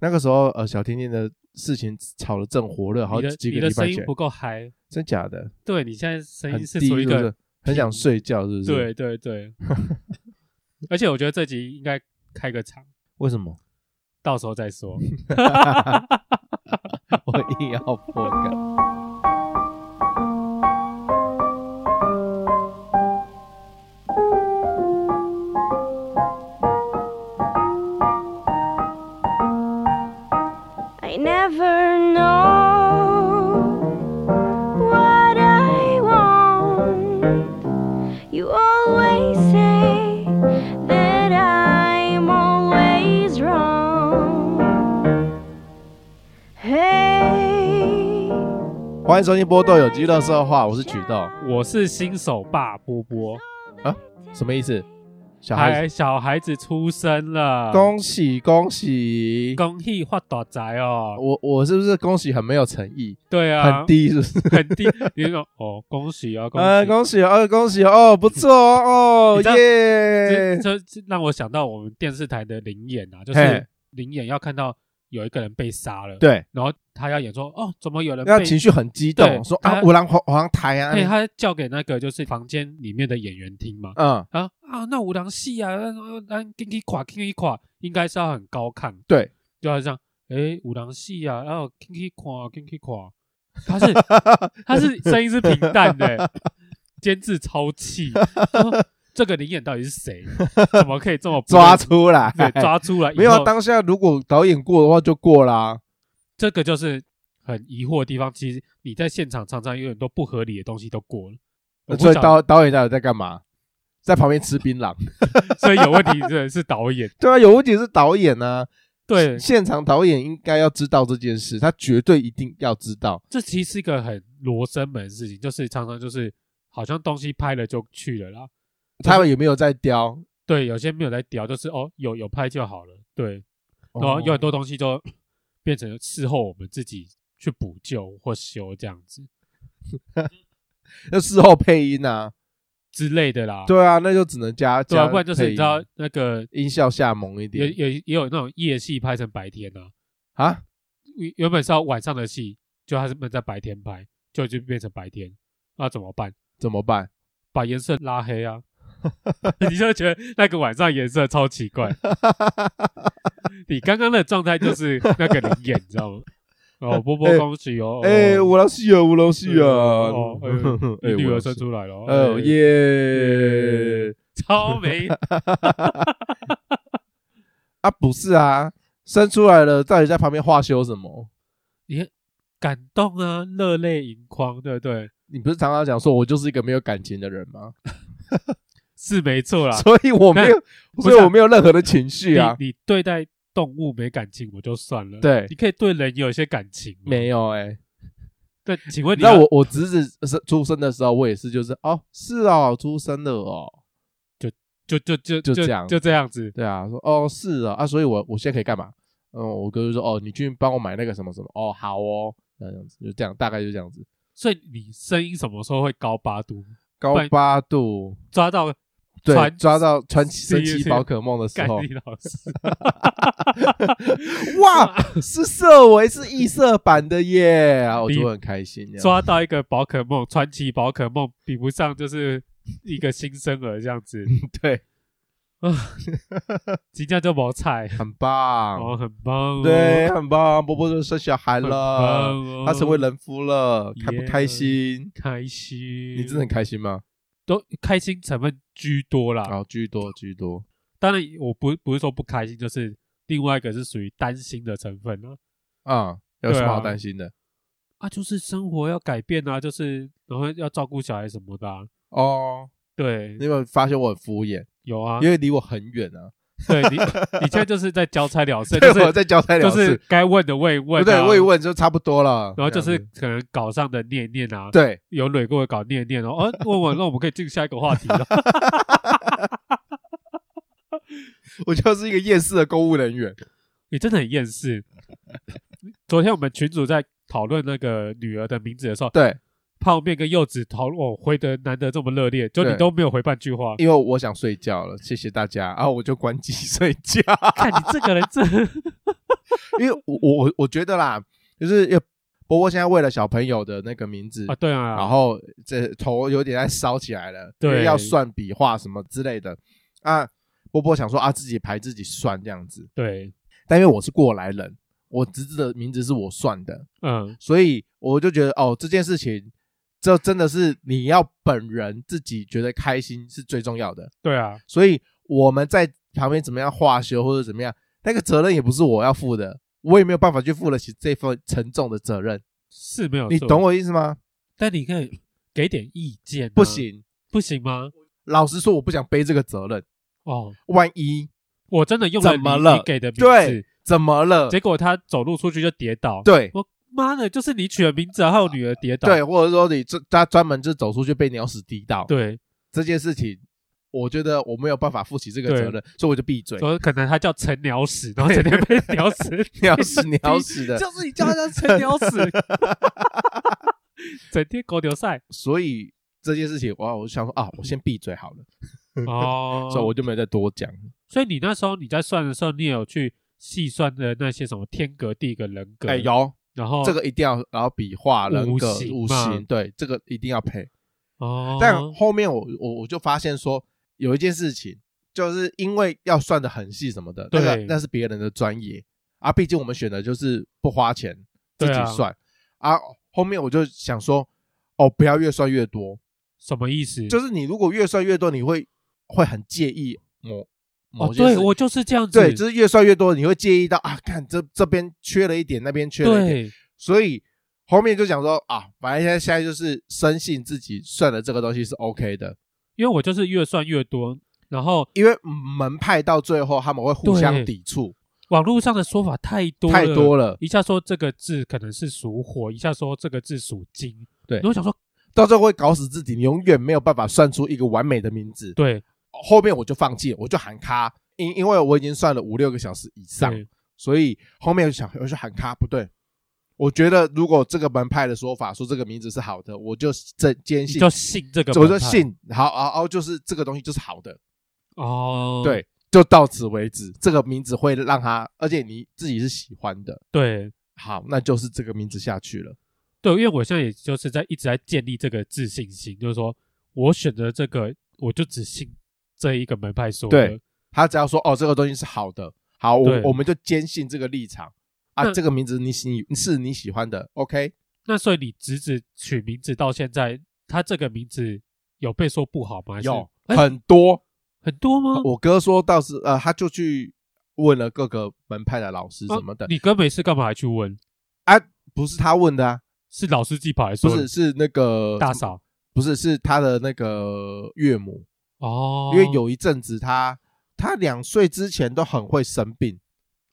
那个时候呃，小甜甜的事情吵得正火热，好你的几你个的礼拜声音前不，够嗨，真假的，对你现在声很音是低，属是于一不个是？很想频睡觉，是不是？对，对对，而且我觉得这集应该开个场，为什 么？到时候再说。我硬要破梗。 I never know what I want. You always say that I'm always wrong. Hey, 欢迎收听波豆有机乐色话，我是曲豆。我是新手爸波波，啊什么意思？ 小孩子，还小孩子出生了，恭喜恭喜！恭喜发大财哦！我我是不是恭喜很没有诚意，对啊，很低是不是？很低，你那种哦，恭喜啊，恭喜！呃，恭喜哦，恭喜哦，不错哦，哦你知道耶这！这这让我想到我们电视台的灵演啊，就嘿是灵演要看到有一个人被杀了，，对，然后他要演说哦，怎么有人那被情绪很激动，对说他啊，我让皇皇台啊，对，他叫给那个就是房间里面的演员听嘛。嗯，啊啊，那五郎戏啊，咱给你垮，给你垮，应该是要很高亢，对，就好像诶五郎戏啊，然后给你垮，给你垮，他是他是声音是平淡的、监制超气，他说这个灵演到底是谁？怎么可以这么不认抓出来，对抓出来以后？没有啊当下如果导演过的话就过啦，这个就是很疑惑的地方。其实你在现场常常有很多不合理的东西都过了，我那不所以晓导导演到底在干嘛？在旁边吃槟 榔。所以有问题的是导演，对啊，有问题是导演啊，对，现场导演应该要知道这件事，他绝对一定要知道。这其实是一个很罗生门的事情，就是常常就是好像东西拍了就去了啦。他们有没有在雕？对，有些没有在屌，就是哦有有拍就好了。对，然哦后有很多东西就 变成事后我们自己去补救或修这样子那事后配音啊，之类的啦。对啊，那就只能加对啊，加不然就是配你知道音那个音效下猛一也点也也有那种夜戏拍成白天啊，啊，原原本是要晚上的戏，就他是们在白天拍，就就变成白天，那怎么办？怎么办？把颜色拉黑啊， 你就会觉得那个晚上颜色超 奇怪。你刚刚的状态就是那个灵眼，你知道吗？哦，波波哎恭喜哦！哎，哦我老戏啊，我老戏啊哦哦，哎哎你女我儿老生戏出来了哦，哦哎，耶！超没啊，不是啊，生出来了，到底在旁边画修什么？感动啊，热泪盈眶，对不对？你不是常常讲说我就是一个没有感情的人吗？是没错啦。 所以我没有，啊不所是啊以我没有任何的情绪啊。你你对待动物没感情，我就算了。对你可以对人有一些感情吗。没有哎、对，请问你那要我我侄子生出生的时候，我也是，就是哦，是哦，出生了哦，就就就就就这样就这样子，对啊，说哦是哦啊，所以我我现在可以干嘛？嗯，我哥就说哦，你去帮我买那个什么什么，哦好哦，那样子就这样，大概就这样子，所以你声音什么时候会高八度？高不然八度，抓到对，传抓到传奇神是奇是宝可梦的时 干候，你老师，哇，是色违是异色版的耶，然后我就你会很开心这样，抓到一个宝可梦，传奇宝可梦比不上就是一个新生儿这 样子， 对，今天就毛菜，很棒，哦，很棒、哦，对，很棒，波波就生小孩很棒了，哦，他成为人夫了，开不 Yeah 开心？开心，你真的很开心吗？都开心成分居多啦。好，居多居多，当然，我不不是说不开心，就是另外一个是属于担心的成分啊。啊，有什么对啊好担心的？啊，就是生活要改变啊，就是然后要照顾小孩什么的、啊。哦，对你，有没有发现我很敷衍？有啊，因为离我很远啊，对 你，你现在就是在交差了事，就对，我是在交差了就是事，该问的问一问、不啊，对，问一，问就差不多了，然后就是这样子可能搞上的念念啊，对，有蕊过的搞念念哦，哦，问问，那我们可以进下一个话题了。 我就是一个夜市的公务人员，你真的很厌世。昨天我们群主在讨论那个女儿的名字的时候，对，泡面跟柚子讨论，哦，回的难得这么热烈，就对你都没有回半 句话。因为我 想睡觉了，谢谢大家，然后我就关机睡觉，看你这个人真，因为我我我觉得啦，就是要波波现在为了小朋友的那个名字啊，对啊，然后这头有点在烧起来了，因为对要算笔画什么之类的啊。波波想说啊，自己排自己算这样子，对，但因为我是过来人，我侄子的名字是我算的，嗯，所以我就觉得哦，这件事情这真的是你要本人自己觉得开心是最重要的。对啊，所以我们在旁边怎么样化修或者怎么样，那个责任也不是我要负的，我也没有办法去负得起这份沉重的责任。是没有你错嗯懂，我意思吗？但你可以给点意见啊，不行，不行吗？老实说，我不想背这个责任。哦，万一我真的用了怎么你了你给的名对字，怎么了？结果他走路出去就跌倒，，对我妈的，就是你取的名字，然后女儿跌倒，对，或者说你这他专门就走出去被鸟屎滴到，对，这件事情，我觉得我没有办法负起这个对责任，所以我就闭嘴。说可能他叫陈鸟屎，然后整天被鸟 屎鸟 屎鸟屎的，就是你叫他叫陈鸟屎， 整天狗牛 赛所以这件事情，哇，我就想说啊，我先闭嘴好了，哦。所以我就没有再多讲。所以你那时候你在算的时候，你也有去细算的那些什么天格、地格、人格，哎，有然后这个一定要，然后笔画、人格五、行五哦嘛行，对，这个一定要配。哦，但后面我我我就发现说，有一件事情，就是因为要算的很细什么的，那个对那是别人的专业啊，毕竟我们选的就是不花钱自对己啊算啊。后面我就想说，哦，不要越算越多，什么意思？就是你如果越算越多，你会会很介意某哦某，些对事我就是这样子，对，就是越算越多，你会介意到啊，看这这边缺了一点，那边缺了一点，对所以后面就讲说啊，反正现在现在就是深信自己算的这个东西是 OK 的，因为我就是越算越多，然后因为门派到最后他们会互相对抵触，网络上的说法太多太多了，了，一下说这个字可能是属火，一下说这个字属金，对然后想说到最后会搞死自己，你永远没有办法算出一个完美的名字。对后面我就放弃了，我就喊咔，因因为我已经算了五六个小时以上，对所以后面我就想我就喊咔，不对。我觉得，如果这个门派的说法说这个名字是好的，我就真坚你信，就信这个门派，我就信，好，哦哦，就是这个东西就是好的，哦，对，就到此为止。这个名字会让他，而且你自己是喜欢的，对好，那就是这个名字下去了。对，因为我现在也就是在一直在建立这个自信心，就是说我选择这个，我就只信这一个门派说的对，他只要说哦，这个东西是好的，好，我对我们就坚信这个立场啊，那这个名字你喜是你喜欢的，OK？那所以你侄子取名字到现在，他这个名字有被说不好吗？还是有哎哦很多，很多吗？我哥说倒是呃，他就去问了各个门派的老师啊什么的你哥没事干嘛还去问？啊，不是他问的啊，是老司机跑来不说是是那个大嫂不是是他的那个岳母，哦，因为有一阵子他他两岁之前都很会生病，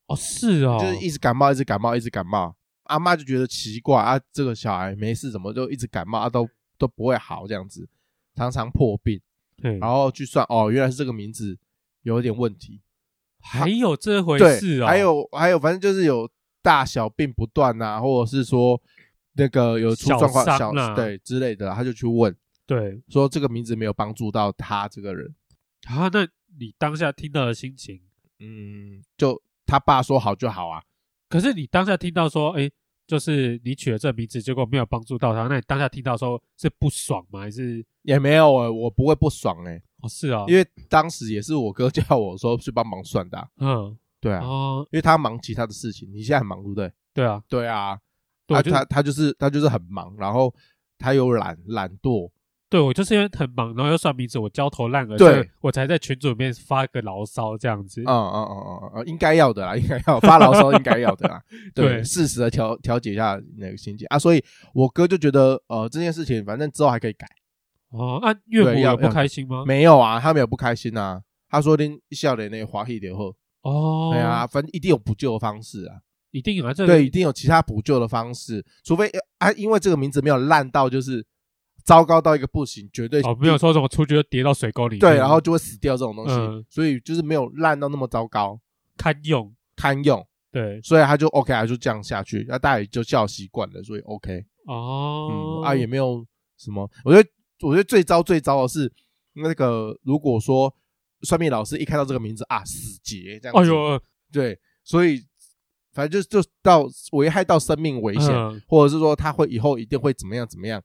哦是哦，就是一直感冒，一直感冒，一直感冒。阿妈就觉得奇怪啊，这个小孩没事怎么就一直感冒啊，都都不会好这样子，常常破病。对然后去算哦，原来是这个名字有一点问题。还有这回对事，哦，还有还有，反正就是有大小病不断啊，或者是说那个有出小状况伤小啊对之类的啦，他就去问对说这个名字没有帮助到他这个人。啊，那你当下听到的心情，嗯，就他爸说好就好啊，可是你当下听到说，哎，就是你取了这名字，结果没有帮助到他，那你当下听到说是不爽吗？还是也没有欸我不会不爽哎、哦是哦，因为当时也是我哥 叫我说去帮忙算的啊、嗯对啊，哦因为他忙其他的事情，你现在很忙对不对？对啊，对啊，对啊我就是他他就是他就是很忙，然后他有懒懒惰，对我就是因为很忙，然后又算名字，我焦头烂额，对所以我才在群组里面发个牢骚这样子嗯。嗯嗯嗯嗯嗯，应该要的啦，应该要发牢骚应该要的 啦，对，对适时的调调节一下那个心情啊，所以我哥就觉得呃这件事情反正之后还可以改，哦，那岳母对要有不开心吗？没有啊，他没有不开心啊，他说连笑脸那华裔点后，哦，对啊，，反正一定有补救的方式啊。一定有啊，这个对，一定有其他补救的方式，除非呃啊，因为这个名字没有烂到就是糟糕到一个不行，绝对哦，没有说什么出去就跌到水沟里面，对，然后就会死掉这种东西，嗯所以就是没有烂到那么糟糕堪用，堪用，对，所以他就 OK 啊，就这样下去，那大家也就笑习惯了，所以 OK，哦嗯，，啊也没有什么，我觉得我觉得最糟最糟的是那个如果说哎呃算命老师一看到这个名字啊死结这样子，哎呦，对，所以反正就就到危害到生命危险，嗯或者是说他会以后一定会怎么样怎么样，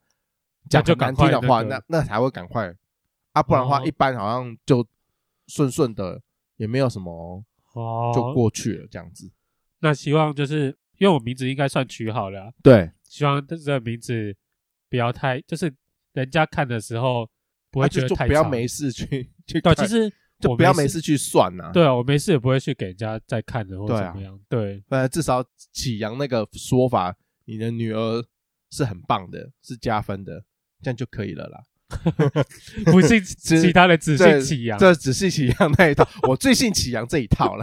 讲就很难赶听快的话，那那个那才会赶快啊，不然的话哦一般好像就顺顺的，也没有什么哦，就过去了这样子。那希望就是因为我名字应该算取好了啊，对，希望这个名字不要太，就是人家看的时候不会啊觉就得就太不要长没事去去看，对，其实就我不要没没事事去算呐。对啊，我没事也不会去给人家再看的或对怎啊么样。对，呃，至少启阳那个说法，你的女儿是很棒的，是加分的，这样就可以了啦。不信只其他的只信这启阳。这只是启阳那一套，我最信启阳这一套了。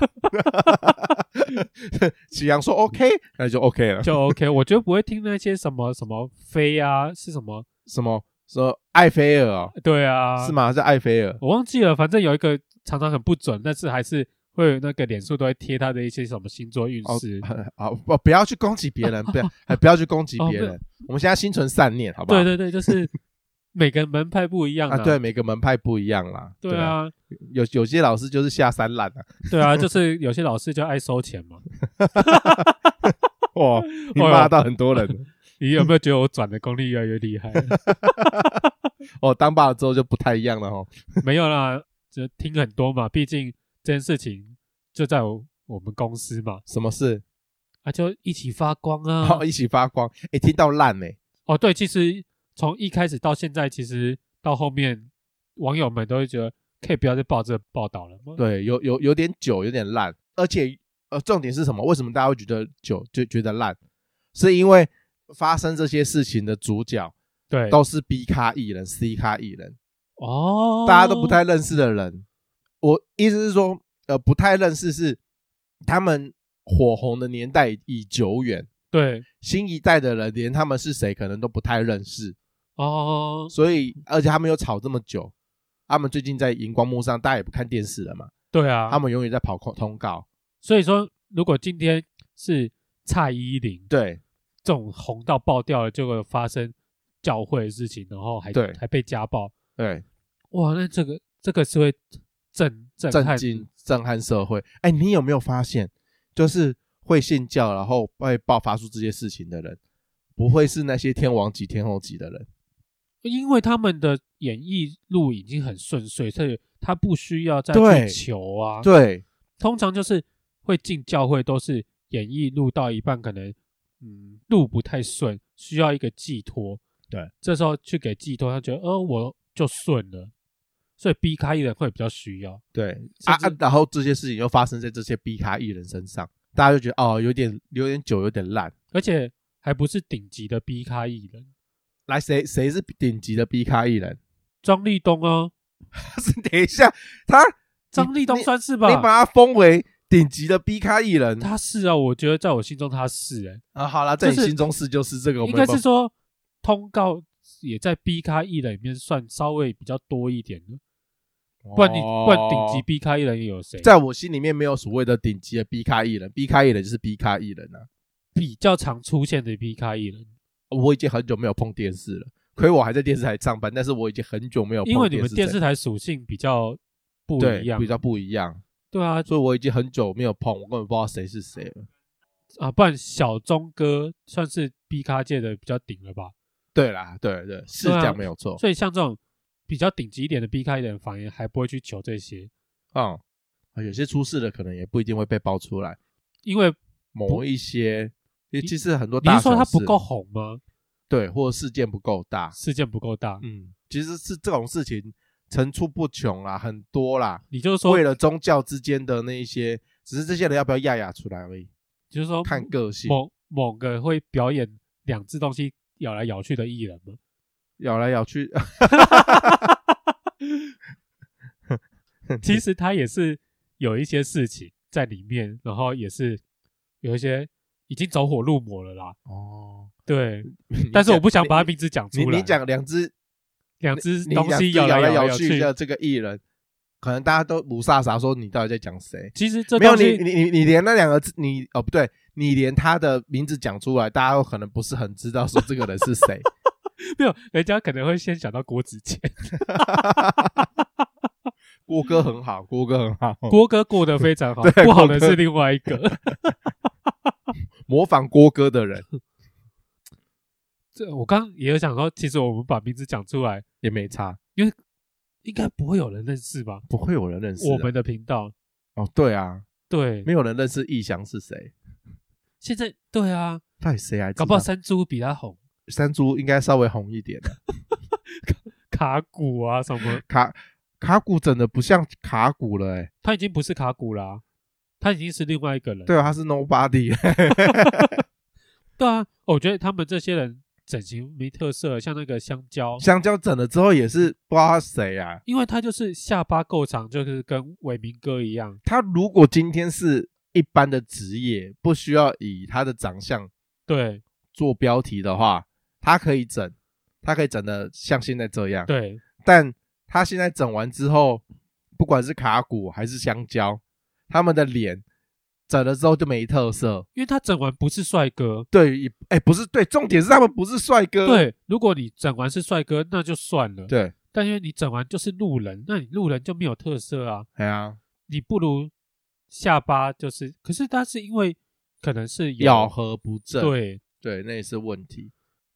启阳说 OK，那就 OK 了。就 OK，我觉得不会听那些什么什么飞啊，是什么？什么说艾菲尔、哦、对啊，是？吗？是艾菲尔？我忘记了，反正有一个常常很不准，但是还是会有那个脸书都会贴他的一些什么星座运哦势。啊，不不要去攻击别人，不要还不要去攻击哦别不人。我们现在心存善念，好不好？对对对，就是每个门派不一样啊，啊对，每个门派不一样啦。对，啊，有有些老师就是下三滥啊。对啊，就是有些老师就爱收钱嘛。 哇，哦你哎呦骂到很多人。你有没有觉得我转的功力越来越厉害？ 哦，当爸了之后就不太一样了哦。没有啦，就听很多嘛，毕竟这件事情就在我我们公司嘛，什么事？啊，就一起发光然啊后。一起发光。哎，听到烂呢。哦，对，其实从一开始到现在，其实到后面，网友们都会觉得可以不要再报这个报道了吗？对，有有有点久，有点烂，而且呃，重点是什么？为什么大家会觉得久就觉得烂？是因为发生这些事情的主角对，都是 B 咖艺人、C 咖艺人，哦，大家都不太认识的人。我意思是说，呃，不太认识是他们火红的年代已久远，对新一代的人连他们是谁可能都不太认识，哦，所以而且他们又吵这么久，他们最近在荧光幕上，大家也不看电视了嘛，对啊，他们永远在跑通通告，所以说，如果今天是蔡依林对。这种红到爆掉了，结果发生教会的事情，然后还对还被家暴，对，哇，那这个这个是会震震震撼惊震撼社会。哎，你有没有发现，就是会信教然后会爆发出这些事情的人，不会是那些天王级、天后级的人？因为他们的演艺路已经很顺遂，所以他不需要再对去求啊。，对通常就是会进教会都是演艺路到一半，可能嗯路不太顺，需要一个寄托。对，这时候去给寄托，他觉得呃我就顺了，所以 B 咖艺人会比较需要。对啊甚啊至！然后这些事情又发生在这些 B 咖艺人身上，大家就觉得哦，有点有点久，有点烂。而且还不是顶级的 B 咖艺人，来，谁谁是顶级的 B 咖艺人？ 张立东啊，等一下，他张立东你算是你吧？把他封为顶级的 B 咖艺人他是啊，我觉得在我心中他是哎、啊？好啦，在你就是心中是就是这个，我应们该是说通告也在 B 咖艺人里面算稍微比较多一点的，不然你、哦不然顶级 B 咖艺人又有谁？在我心里面没有所谓的顶级的 B 咖艺人，B 咖艺人就是 B 咖艺人啊。比较常出现的 B 咖艺人，我已经很久没有碰电视了，亏我还在电视台上班，但是我已经很久没有碰因为你们电电视台台属性比较不一对样，比较不一样，对啊所以我已经很久没有碰，我根本不知道谁是谁了。啊，不然小钟哥算是 B 咖界的比较顶了吧？对啦，对对，是对啊这样没有错。所以像这种比较顶级一点的 B 咖艺人，反而还不会去求这些，嗯，有些出事的可能也不一定会被爆出来，因为某一些，其实很多你大是说他小事不够红吗？对，或者事件不够大，事件不够大，嗯，其实是这种事情层出不穷啦，很多啦。你就是说，为你了宗教之间的那一些，只是这些人要不要压压出来而已，就是说看个性，哦某某个会表演两只东西咬来咬去的艺人吗？咬来咬去， 其实他也是有一些事情在里面，然后也是有一些已经走火入魔了啦。哦，对，但是我不想把他名字讲你出来。你讲两只两只你东两只西咬来来咬去去，的这个艺人，可能大家都五煞啥说你到底在讲谁？其实这没有东你西你你你连那两个字你哦不对，你连他的名字讲出来，大家都可能不是很知道说这个人是 谁。没有，人家可能会先想到郭子乾，郭哥很好，郭哥很好，郭哥过得非常好，哦 对不好郭的哥是另外一个。模仿郭哥的人 这我刚也有想说，其实我们把名字讲出来，也没差，应该不会有人认识吧？不会有人认识啊我们的频道，哦，对啊，对，没有人认识易翔是谁，现在对啊，到底谁还知道搞不好山猪比他红，山猪应该稍微红一点啊，卡古啊什么，卡卡古整的不像卡古了、欸，他已经不是卡古啦、他已经是另外一个人。对啊，他是 nobody，哦对啊，我觉得他们这些人整形没特色，像那个香蕉，香蕉整了之后也是不知道他谁啊。因为他就是下巴够长，就是跟伟明哥一样，他如果今天是一般的职业，不需要以他的长相对做标题的话，他可以整，他可以整的像现在这样。对，但他现在整完之后，不管是卡古还是香蕉，他们的脸整了之后就没特色。因为他整完不是帅哥。对，也哎，不是对，重点是他们不是帅哥。对，如果你整完是帅哥，那就算了。呃对，但因为你整完就是路人，那你路人就没有特色啊。哎呀，你不如下巴就是，可是他是因为可能是有咬合不正。对，对，那也是问题。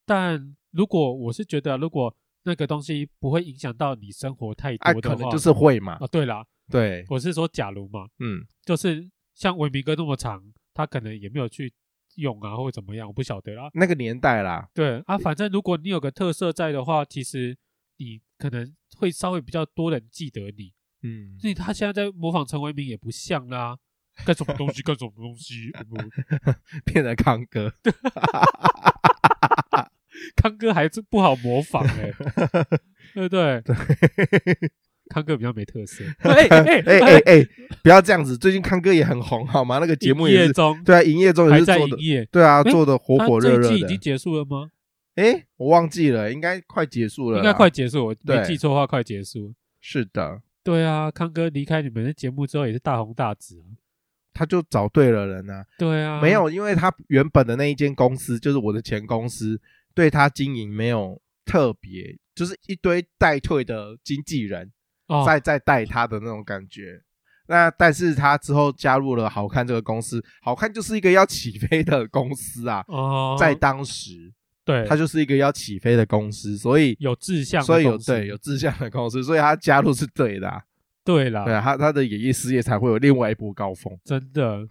但如果我是觉得，如果那个东西不会影响到你生活太哎，多的可话，能就是会嘛。啊，对啦，对，我是说假如嘛，嗯。就是像文明哥那么长，他可能也没有去用啊，或者怎么样，我不晓得啦。那个年代啦，对啊，反正如果你有个特色在的话，其实你可能会稍微比较多人记得你。嗯，所以他现在在模仿陈为民也不像啦，干什么东西干什么东西，呃不嗯变成康哥，康哥还是不好模 仿哎、对不对？康哥比较没特色。哎 哎哎哎，不要这样子，最近康哥也很红，好吗？那个节目也夜是，中对啊，营业中也还是在做营的，业，对啊，诶做的火他火热这一热季已经的。结束了吗？哎，我忘记了，应该快结束了，应该快。结束，我没啊对记错的话快结束。是的，对啊，康哥离开你们的节目之后也是大红大紫啊。他就找对了人啊，对啊，没有，因为他原本的那一间公司就是我的前公司，对他经营没有特别，就是一堆待退的经纪人，哦，在在带他的那种感觉。那但是他之后加入了好看这个公司，好看就是一个要起飞的公司啊，哦，在当时对，它就是一个要起飞的公司，所以有志向的所以有公司对有志向的公司，所以他加入是对的啊、对啦，对啊，他他的演艺事业才会有另外一波高峰，真的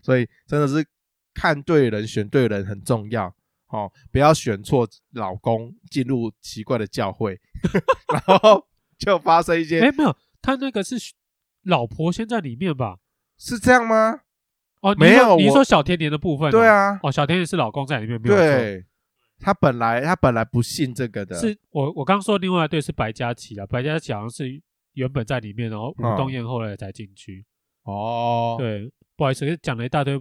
所以真的是看对人选对人很重要。哦，不要选错老公，进入奇怪的教会， 然后就发生一些哎，没有，他那个是老婆先在里面吧？是这样吗？哦，你没说有你我说小甜甜的部分、对，啊，哦，小甜甜是老公在里面，没有错。对，他本来他本来不信这个的，是我我刚说另外一对是白嘉琪啊，白嘉琪好像是原本在里面，然后嗯吴东彦后来才进去。哦，，对，不好意思，讲了一大堆，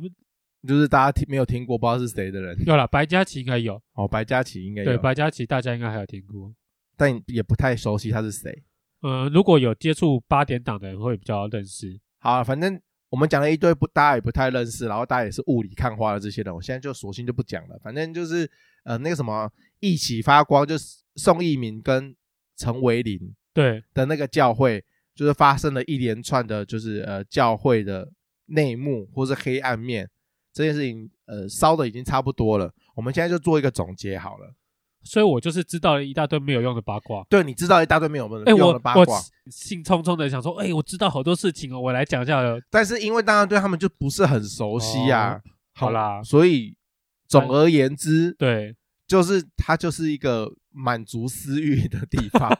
就是大家听没有听过，不知道是谁的人有了白嘉琪应该有，哦，白嘉琪应该对有，白嘉琪大家应该还有听过。但也不太熟悉他是谁。呃，如果有接触八点档的人会比较认识。好啊，反正我们讲了一堆不大家也不太认识，然后大家也是雾里看花的这些人，我现在就索性就不讲了。反正就是呃那个什么一起发光，就是宋一鸣跟陈维林对，的那个教会，就是发生了一连串的，就是呃教会的内幕或是黑暗面这件事情，呃烧的已经差不多了。我们现在就做一个总结好了。所以我就是知道了一大堆没有用的八卦。对，你知道一大堆没有用哎，我的八我卦，兴冲冲的想说，哎，我知道好多事情哦，我来讲一下了。但是因为大家对他们就不是很熟悉呀、哦好啦所以总而言之，对，就是它就是一个满足私欲的地 方，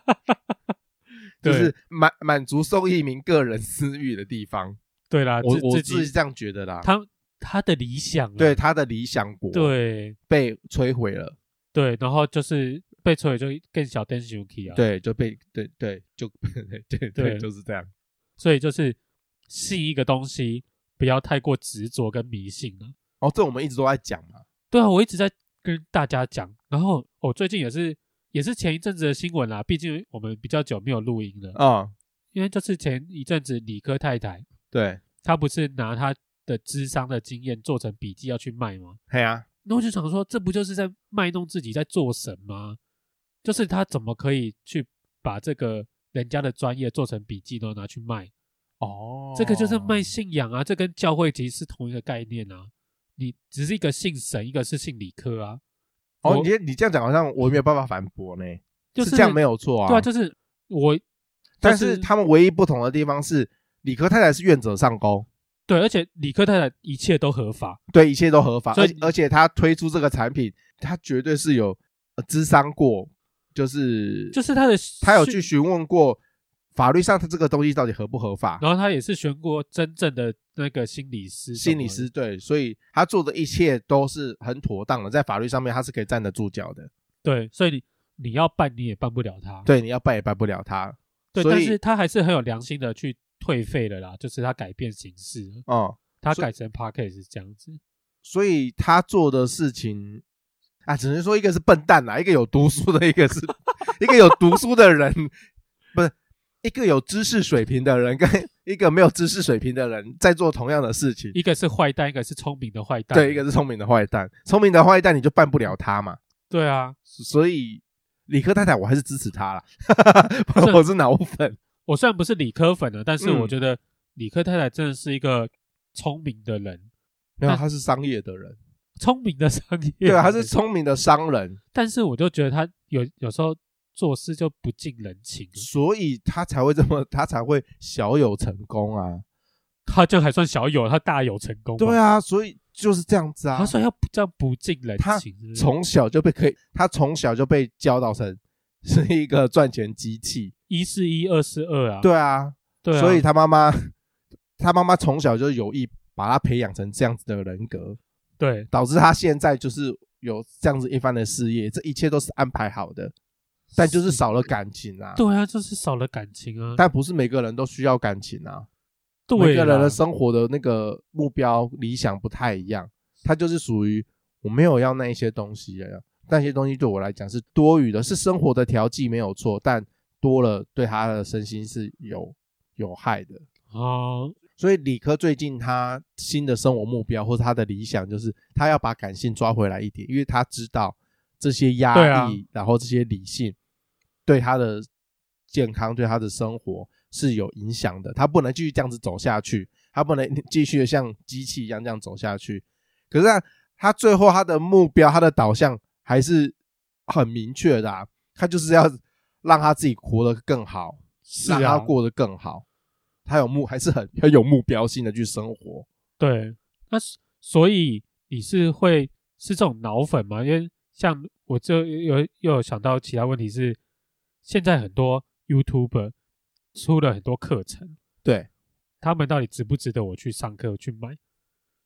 就是满满足宋一鸣个人私欲的地方。对啦，我自我自自己己这样觉得啦。他他的理想啊、对他的理想国对被摧毁了，对，然后就是被摧毁就更小灯 s k 啊，，对，就被对对就对对对对，就是这样。所以就是信一个东西，不要太过执着跟迷信啊。哦，这我们一直都在讲嘛，对啊，我一直在跟大家讲，然后我、最近也是也是前一阵子的新闻啦，毕竟我们比较久没有录音了，啊、因为就是前一阵子理科太太对，她不是拿她的智商的经验做成笔记要去卖吗？嘿啊，那我就想说，这不就是在卖弄自己在做神吗？就是他怎么可以去把这个人家的专业做成笔记，然后拿去卖？哦这个就是卖信仰啊，这跟教会其实是同一个概念啊。你只是一个姓沈，一个是姓理科啊，哦，我你你这样讲好像我没有办法反驳呢，就是这样没有错啊。对啊，就是我，但就是他们唯一不同的地方是，理科太太是愿者上钩，对，而且理科太太一切都合法，对一切都合法，所而以且而且他推出这个产品，他绝对是有呃咨商过，就是就是他的他有讯去询问过法律上他这个东西到底合不合法，然后他也是选过真正的那个心理师，心理师，对，所以他做的一切都是很妥当的，在法律上面他是可以站得住脚的。对，所以你你要办你也办不了他，对，你要办也办不了他。对，所但以是他还是很有良心的去退费了啦，就是他改变形式了，哦、他所以改成 p a r k a s 这样子，所以他做的事情啊，只能说一个是笨蛋啦，一个有读书的，一个是一个有读书的人，不是一个有知识水平的人跟一个没有知识水平的人在做同样的事情。一个是坏蛋，一个是聪明的坏蛋，对，一个是聪明的坏蛋，聪明的坏蛋你就办不了他嘛。对啊，所以理科太太，我还是支持他啦， 这我是脑粉。我虽然不是理科粉了，但是嗯我觉得理科太太真的是一个聪明的人，没有，他是商业的人，聪明的商业，对啊，他是，聪明的商人，但是我就觉得他有有时候做事就不近人情，所以他才会这么，他才会小有成功啊。他就还算小有，他大有成功，对。啊，所以就是这样子啊他。说要不这样不近人他情，是不是从小就被可以，他从小就被教导成 是一个赚钱机器。一是一，二是二啊，对啊，对啊，所以他妈妈， 他妈妈从小就有意把他培养成这样子的人格，对，导致他现在就是有这样子一番的事业，这一切都是安排好的，但就是少了感情啊。对啊，就是少了感情啊，但不是每个人都需要感情啊。每对个人啦的生活的那个目标理想不太一样，他就是属于我没有要那一些东西了，那些东西对我来讲是多余的，是生活的调剂没有错，但多了对他的身心是有有害的。哦，所以理科最近他新的生活目标或者他的理想就是他要把感性抓回来一点，因为他知道这些对压啊力，然后这些理性对他的健康、对他的生活是有影响的。他不能继续这样子走下去，他不能 继续的像机器一样这样走下去。可是他他最后他的目标、他的导向还是很明确的、啊，他就是要让他自己活得更好，是让他啊，过得更好。他有目还是很很有目标性的去生活。对，那是所以你是会是这种脑粉吗？因为像我这有又有想到其他问题是，现在很多 YouTuber 出了很多课程，对，他们到底值不值得我去上课去买？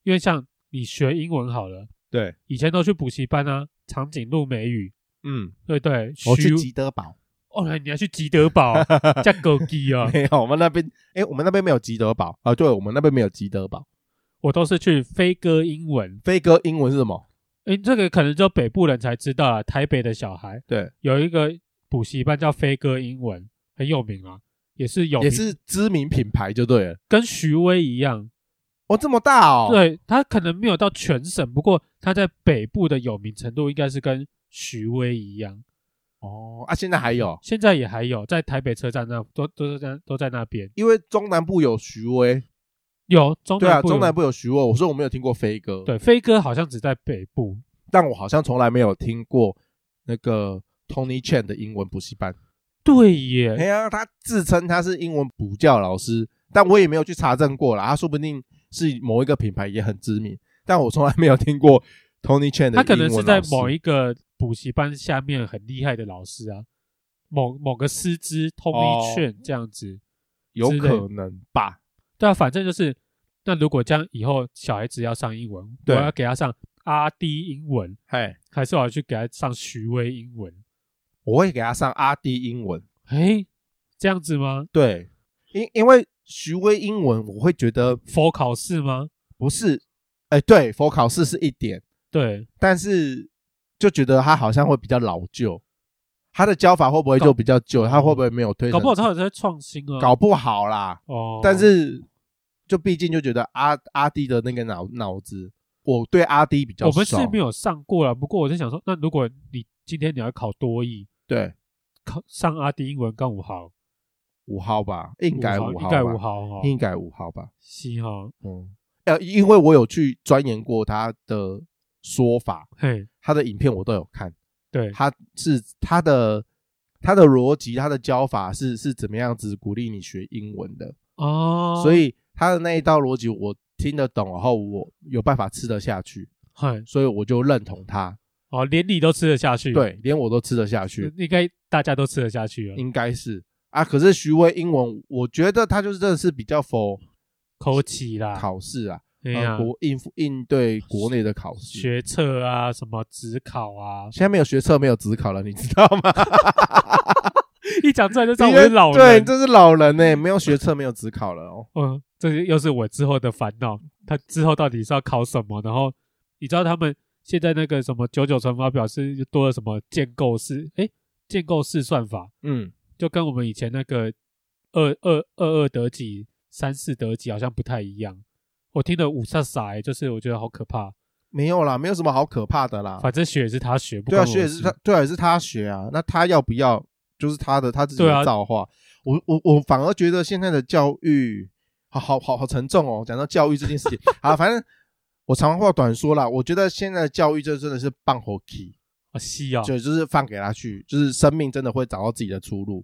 因为像你学英文好了，对，以前都去补习班啊，长颈鹿美语，嗯，对不对，我去徐吉德 堡，哦，你要去吉 德堡加狗鸡啊？没有，我们那边，哎、我们那边没有吉德堡啊，对，我们那边没有吉德堡。我都是去飞哥英文。飞哥英文是什么？诶，这个可能就北部人才知道啊，台北的小孩对，有一个补习班叫飞哥英文，很有名啊，也是有也名是知名品牌就对了。跟徐威一样。哦，这么大哦，，对他可能没有到全省，不过他在北部的有名程度应该是跟徐威一样。哦啊，现在还有，现在也还有在台北车站那都都在都在那边因为中南部有徐威，有中对啊，南部有中南部有徐威，我说我没有听过飞哥，，对飞哥好像只在北部，但我好像从来没有听过那个 Tony Chen 的英文补习班。对耶，哎呀，他自称他是英文补教老师，但我也没有去查证过啦。他说不定是某一个品牌也很知名，但我从来没有听过 Tony Chen 的他可能是在某一一个补习班下面很厉害的老师啊，某某个师资通哦一券这样子。有之类可能吧？对啊，反正就是，那如果这样以后小孩子要上英文，我对要给他上阿 D 英文，嘿，还是我要去给他上徐威英文？我会给他上阿 D 英文，诶，这样子吗？对，因因为徐威英文我会觉得佛考试吗？不是，哎，对，佛考试是一点，对，但是就觉得他好像会比较老旧，他的教法会不会搞就比较旧？他会不会没有推搞陈？不好他有在创新啊。搞不好啦，哦，但是就毕竟就觉得阿阿弟的那个脑脑子，我对阿弟比较我熟。们是没有上过了。不过我在想说，那如果你今天你要考多译，对考上阿 D 英文刚五好，五号吧，应该五五应号吧，该五好哈，哦应该五号吧。是哈。嗯，呃，因为我有去钻研过他的说法，嘿，他的影片我都有看，对，他是他的他的逻辑，他的教法是是怎么样子鼓励你学英文的，哦，所，以他的那一道逻辑我听得懂，然后我有办法吃得下去，嘿，所以我就认同他，哦，连你都吃得下去，，对，连我都吃得下去，应该大家都吃得下去了。应该是啊。可是徐威英文，我觉得他就是真的是比较 for 口起啦，考试啊，哎呀呃，国应付应对国内的考试。学测啊，什么职考啊，现在没有学测，没有职考了，你知道吗？一讲出来就知道我是老对，人。这是老人呢、欸没有学测，没有职考了哦。嗯，这是又是我之后的烦恼。他之后到底是要考什么？然后你知道他们现在那个什么九九乘法表是又多了什么建构式？诶，建构式算法嗯，就跟我们以前那个二二二二得几、三四得几好像不太一样。我听得五煞傻、欸，就是我觉得好可怕。没有啦，没有什么好可怕的啦。反正学也是他学，不啊对啊，关我学也的是事他，，对啊，也是他学啊。那他要不要，就是他的他自己对啊的造化。我我我反而觉得现在的教育，好好好好沉重哦。讲到教育这件事情，啊，反正我长话短说啦。我觉得现在的教育就真的是棒火 key，啊，西啊，就就是放给他去，就是生命真的会找到自己的出路。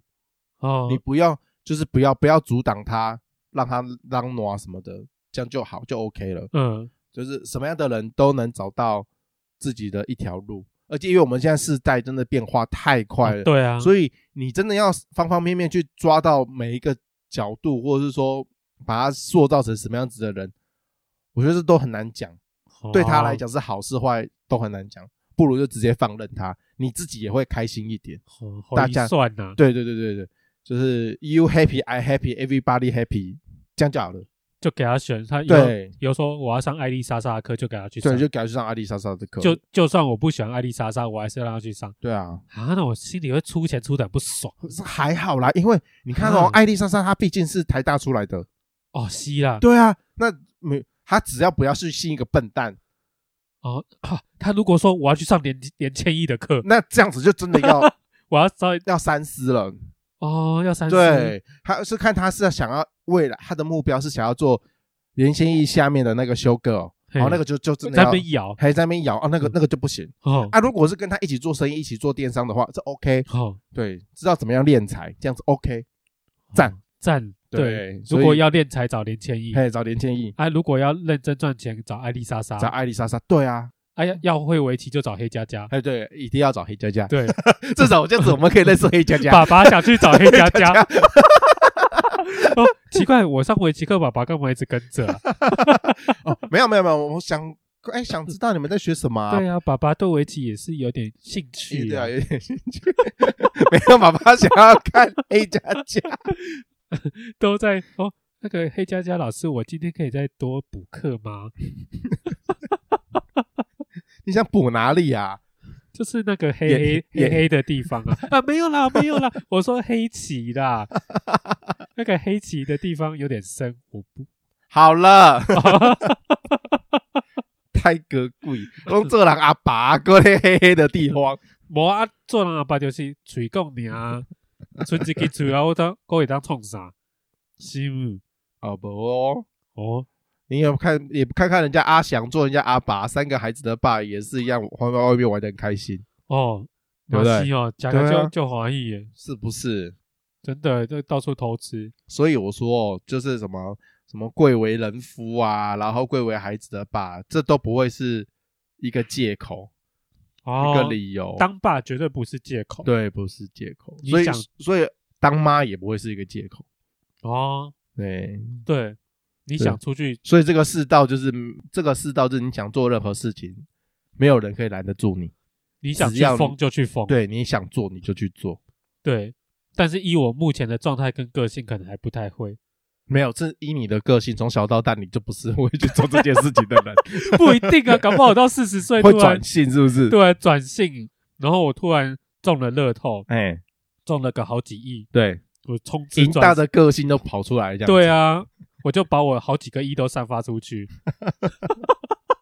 哦你，不要，就是不要不要阻挡他，让他让挪什么的，这样就好，就 OK 了。嗯，就是什么样的人都能找到自己的一条路，而且因为我们现在世代真的变化太快了，对啊，所以你真的要方方面面去抓到每一个角度，或者是说把它塑造成什么样子的人，我觉得这都很难讲。哦对他来讲是好是坏都很难讲，不如就直接放任他，你自己也会开心一点。哦，好大一家算呐，对对对对对，就是 you happy, I happy, everybody happy，这样就好了。就给他选，他有对有说我要上艾丽莎莎的课，就给他去上对，，就改去上阿丽莎莎的课。就就算我不喜欢艾丽莎莎，我还是让他去上对啊，啊，那我心里会出钱出的不 爽是还好啦，因为你看哦啊，艾丽莎莎她毕竟是台大出来的，哦，西啦，对啊，那没她只要不要去信一个笨蛋，哦、 啊他如果说我要去上连连千亿的课，那这样子就真的 要我要稍微要三思了。哦要三思，对，他是看他是想要未来他的目标是想要做连线义下面的那个修哥哦，嘿然后那个就就真的在要那边咬还在那边摇啊，那个嗯那个就不行哦啊。如果是跟他一起做生意、一起做电商的话，这 OK，哦对，知道怎么样敛财，这样子 OK，赞赞对所以如果要练才找连千亿，嘿，找连建议，啊，如果要认真赚钱找艾丽莎莎，找艾丽莎莎，对啊，哎呀、要会围棋就找黑 佳佳，哎对，一定要找黑佳佳，对， 至少这样子我们可以认识黑佳 佳。爸爸想去找黑 佳佳。 哦，奇怪，我上围棋课，爸爸干嘛一直跟着啊、哦，没有没有没有，我想哎想知道你们在学什么、 啊。对啊，爸爸对围棋也是有点兴趣、对啊，有点兴趣。 没有，爸爸想要看 A 加加。都在哦。那个黑佳佳老师，我今天可以再多补课吗？你想补哪里啊？就是那个黑眼黑黑眼黑的地方 啊啊，没有啦，没有啦，我说黑棋啦，那个黑棋的地方有点深，我不好 了，太可贵，拢做人阿爸，搁咧黑黑的地方。无啊，做人阿爸就是嘴讲尔，剩一支嘴啊，我当我会当创啥？是毋？哦不哦，哦，你有看也不看看人家阿翔做人家阿爸，三个孩子的爸也是一样，玩在外面玩的很开心，哦，对不对嘛是哦，假个对就啊就欢喜耶，是不是？真的，这到处偷吃。所以我说，哦，就是什么什么贵为人夫啊，然后贵为孩子的爸，这都不会是一个借口，哦一个理由。当爸绝对不是借口。对，不是借口。你所以想所以当妈也不会是一个借口。哦，对，对，你对想出去所以这个世道就是这个世道，就是你想做任何事情，没有人可以拦得住你。你想只去要疯你就去疯，对，你想做你就去做，对但是以我目前的状态跟个性，可能还不太会，没有，这依你的个性，从小到大你就不是会去做这件事情的 人，不一定啊，搞不好我到四十岁突会然转性是不是？，对啊转性，然后我突然中了乐透，哎，中了个好几亿，对，我冲刺淫转大的个性都跑出来这样。对，啊，我就把我好几个亿都散发出去。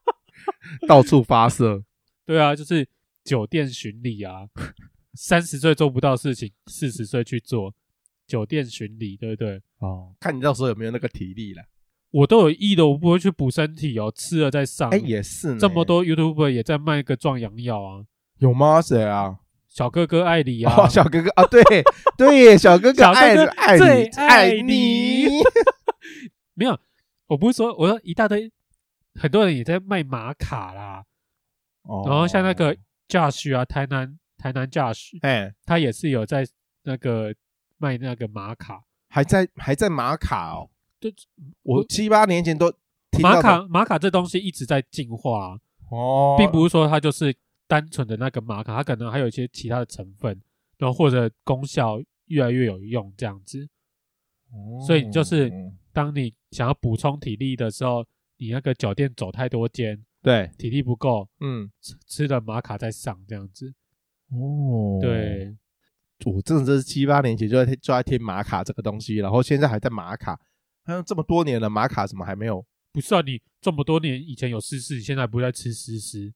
到处发射，对啊，就是酒店巡礼啊，三十岁做不到的事情，四十岁去做酒店巡礼，对不对？哦，看你到时候有没有那个体力了。我都有意的，我不会去补身体哦，吃了再上。哎，也是呢这么多 YouTuber 也在卖个壮阳药啊，有吗？谁啊？小哥哥艾里啊，哦，小哥哥啊， 对对耶，小哥哥小哥爱哥爱最你爱爱你没有，我不是说，我说一大堆，很多人也在卖玛卡啦， 哦然后像那个 Josh 啊，台南台南 Josh，哎，他也是有在那个卖那个玛卡，还在还在玛卡哦，对，我七八年前都听到玛的卡玛卡这东西一直在进化啊、哦，并不是说它就是单纯的那个玛卡，它可能还有一些其他的成分，然后或者功效越来越有用这样子。哦，所以你就是当你想要补充体力的时候，你那个酒店走太多间，对，体力不够，嗯，吃吃了玛卡再上这样子。哦，对，我真的是七八年前就在就在听玛卡这个东西，然后现在还在玛卡，好像这么多年了，玛卡怎么还没有？不是啊，你这么多年以前有思思，你现在不是在吃思思？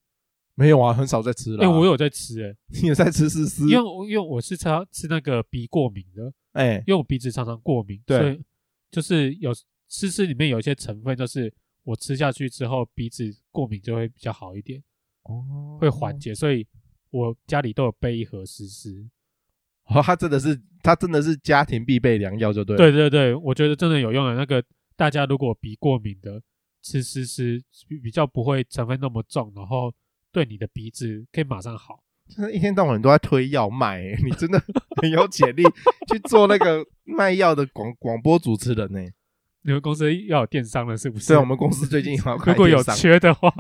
没有啊，很少在吃了。哎、我有在吃哎、你也在吃丝丝因，为我因为我是吃吃那个鼻过敏的，哎因为我鼻子常常过敏，对所以就是有吃吃里面有一些成分，就是我吃下去之后鼻子过敏就会比较好一点，哦会缓解，所以我家里都有备一盒思思。哦，他真的是他真的是家庭必备良药，就对。对，对对，我觉得真的有用的。啊那个大家如果鼻过敏的，吃思思比比较不会成分那么重，然后对你的鼻子可以马上好。真的一天到晚都在推药卖、哎你真的很有潜力去做那 个卖药的广广播主持人呢、欸。你们公司要有电商了是不是？虽然啊我们公司最近好像 如果有去，缺 的话，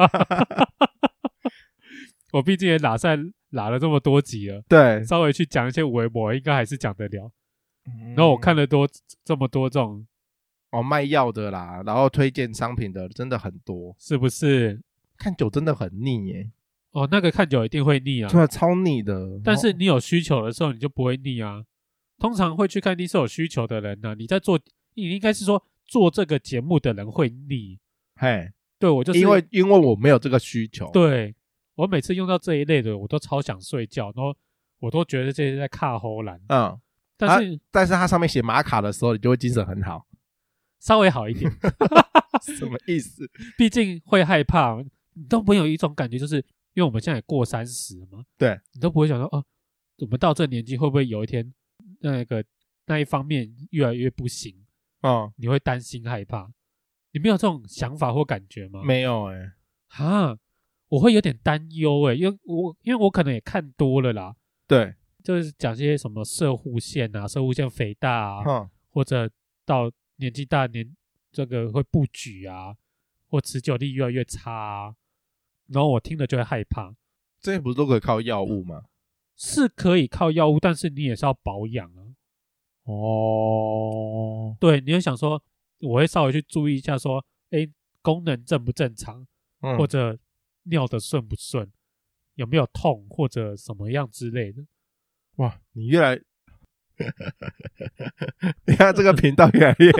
我毕竟也拉赛拉了这么多集了，对，稍微去讲一些微博，应该还是讲得了。然后我看了多这么多种，嗯哦卖药的啦，然后推荐商品的真的很多，是不是？看久真的很腻耶、哦，那个看久一定会腻啊。对啊，超腻的。但是哦你有需求的时候，你就不会腻啊。通常会去看医是有需求的人呢、你在做，你应该是说做这个节目的人会腻。嘿，对我就是因为因为我没有这个需求，，对我每次用到这一类的，我都超想睡觉，然后我都觉得这些在卡喉兰，嗯，但是但是它上面写玛卡的时候，你就会精神很 好，稍微好 一点，什么意思？毕竟会害怕，你都没有一种感觉，就是因为我们现在也过三十了嘛，对你都不会想说哦，我们到这年纪会不会有一天那个那一方面越来越不行，嗯，你会担心害怕，你没有这种想法或感觉吗？没有哎、啊，我会有点担忧诶，因为我因为我可能也看多了啦，对，就是讲些什么射护腺啊、射护腺肥大啊，嗯，或者到年纪大年这个会布局啊，或持久力越来越差、啊，然后我听了就会害怕。这些不是都可以靠药物吗？是可以靠药物，但是你也是要保养啊。哦，对，你就想说，我会稍微去注意一下，说，哎，功能正不正常，嗯或者尿的顺不顺，有没有痛或者什么样之类的。哇，你越来， 你看这个频道越来越，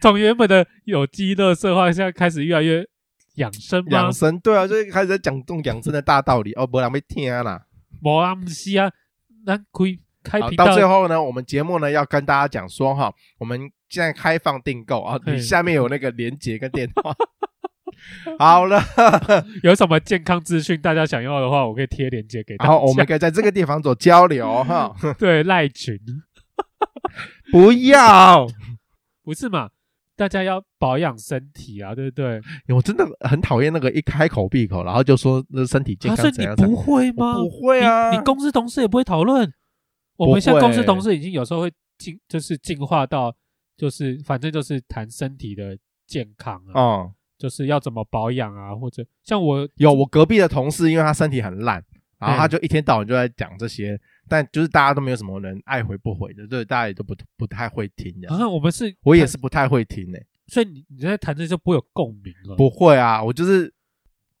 从原本的有机乐色化，现在开始越来越养生吗养？生， 对啊，就是开始在讲这种养生的大道理哦，不然被听啦。无啊，不是啊，咱开开好，频到最道后呢，我们节目呢要跟大家讲说哈，我们现在开放订购啊，嗯你下面有那个连接跟电 话。好了，有什么健康资讯，大家想要的话，我可以贴链接给大然家。后我们可以在这个地方做交流哈。对赖群 不要，不是嘛？大家要保养身体啊，对不对？ 我真的很讨厌那个一开口闭口，然后就说那身体健啊，所康以怎你样怎不样。会我吗？不会啊你，你公司同事也不会讨论。我不们现在公会司同事已经有时候会进，就是进化到，就是反正就是谈身体的健康啊，哦、就是要怎么保养啊，或者像我有我隔壁的同事，因为他身体很烂，嗯然后他就一天到晚就在讲这些，但就是大家都没有什么人爱回不回的，对，大家也都不不太会听的。好像我们是，我也是不太会听诶、欸所以你你在谈这就不会有共鸣了。不会啊，我就是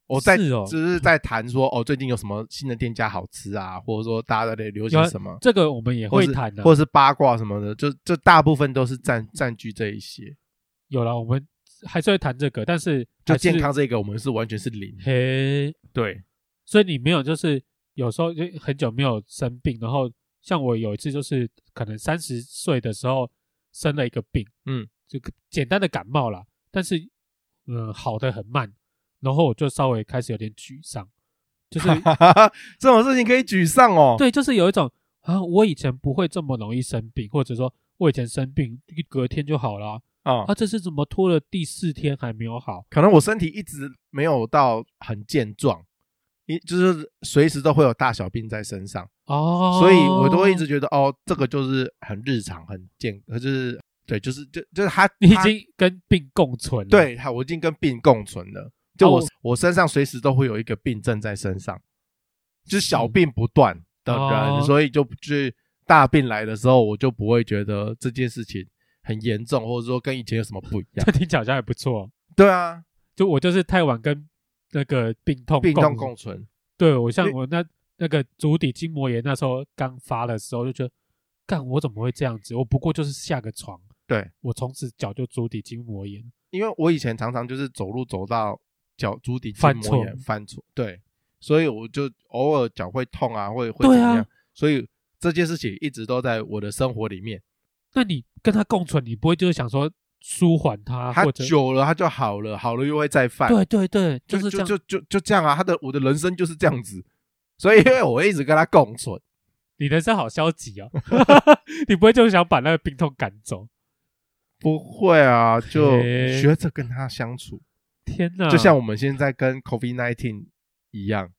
我在哦是哦就是在谈说哦，最近有什么新的店家好吃啊，或者说大家在流行有什么，这个我们也或会是谈啊的、或是八卦什么的，就就大部分都是占占据这一些。有了，我们还是会谈这个，但是就还是健康这个，我们是完全是零。嘿，对， 所以你没有就是有时候就很久没有生病，然后像我有一次就是可能三十岁的时候生了一个病，嗯，这个简单的感冒啦，但是嗯好的很慢，然后我就稍微开始有点沮丧，就是这种事情可以沮丧哦。对，就是有一种啊，我以前不会这么容易生病，或者说我以前生病一隔天就好了，啊、啊，这次怎么拖了第四天还没有好？可能我身体一直没有到很健壮，一就是随时都会有大小病在身上，哦，所以我都会一直觉得哦，这个就是很日常、很健，就是对，就是就就是他你已他经跟病共存了，对他，我已经跟病共存了。就哦我、我身上随时都会有一个病症在身上，就是小病不断的人，哦所以就就是大病来的时候，我就不会觉得这件事情很严重，或者说跟以前有什么不一 样这。听起来好像还不错。哦对啊，就我就是太晚跟那个病痛病痛共共存。对我像对我那那个足底筋膜炎那时候刚发的时候，就觉得，干我怎么会这样子？我不过就是下个床，对我从此脚就足底筋膜炎。因为我以前常常就是走路走到脚足底筋犯膜炎错犯错，对，所以我就偶尔脚会痛啊，会会对怎么啊样，所以这件事情一直都在我的生活里面。那你跟他共存，你不会就是想说舒缓他，它啊或者久了它就好了，好了又会再犯，对对对，就就是这就样。就就就这样啊，他的我的人生就是这样子，所以因为我一直跟他共存，你人生好消极 哦，你不会就是想把那个病痛赶走？不会啊，就嘿嗯学着跟他相处，天哪！就像我们现在跟 COVID nineteen 一样，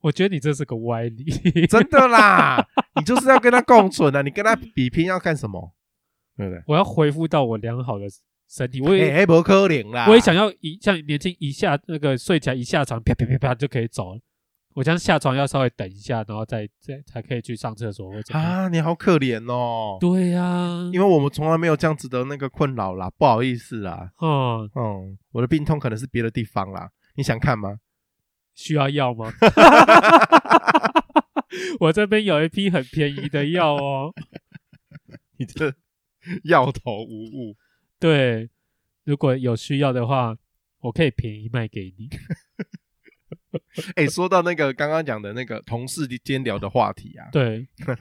我觉得你这是个歪理。 真的啦，你就是要跟他共存啊，你 跟他比拼要干什么？对不对？我要恢复到我良好的身体，我也、哎、欸，不可能啦！我也想要一像年轻一下那个睡起来一下床啪啪啪啪就可以走了。我想下床要稍微等一下，然后再再才可以去上厕所或者、样。啊，你好可怜哦，对啊呀、因为我们从来没有这样子的那个困扰啦，不好意思啦，嗯，嗯，我的病痛可能是别的地方啦，你想看吗？需要 药吗？我这边有一批很便宜的药哦。你这药头无误。对，如果有需要的话，我可以便宜卖给你。哎、说到那个刚刚讲的那个同事间聊的话题啊， 对，你知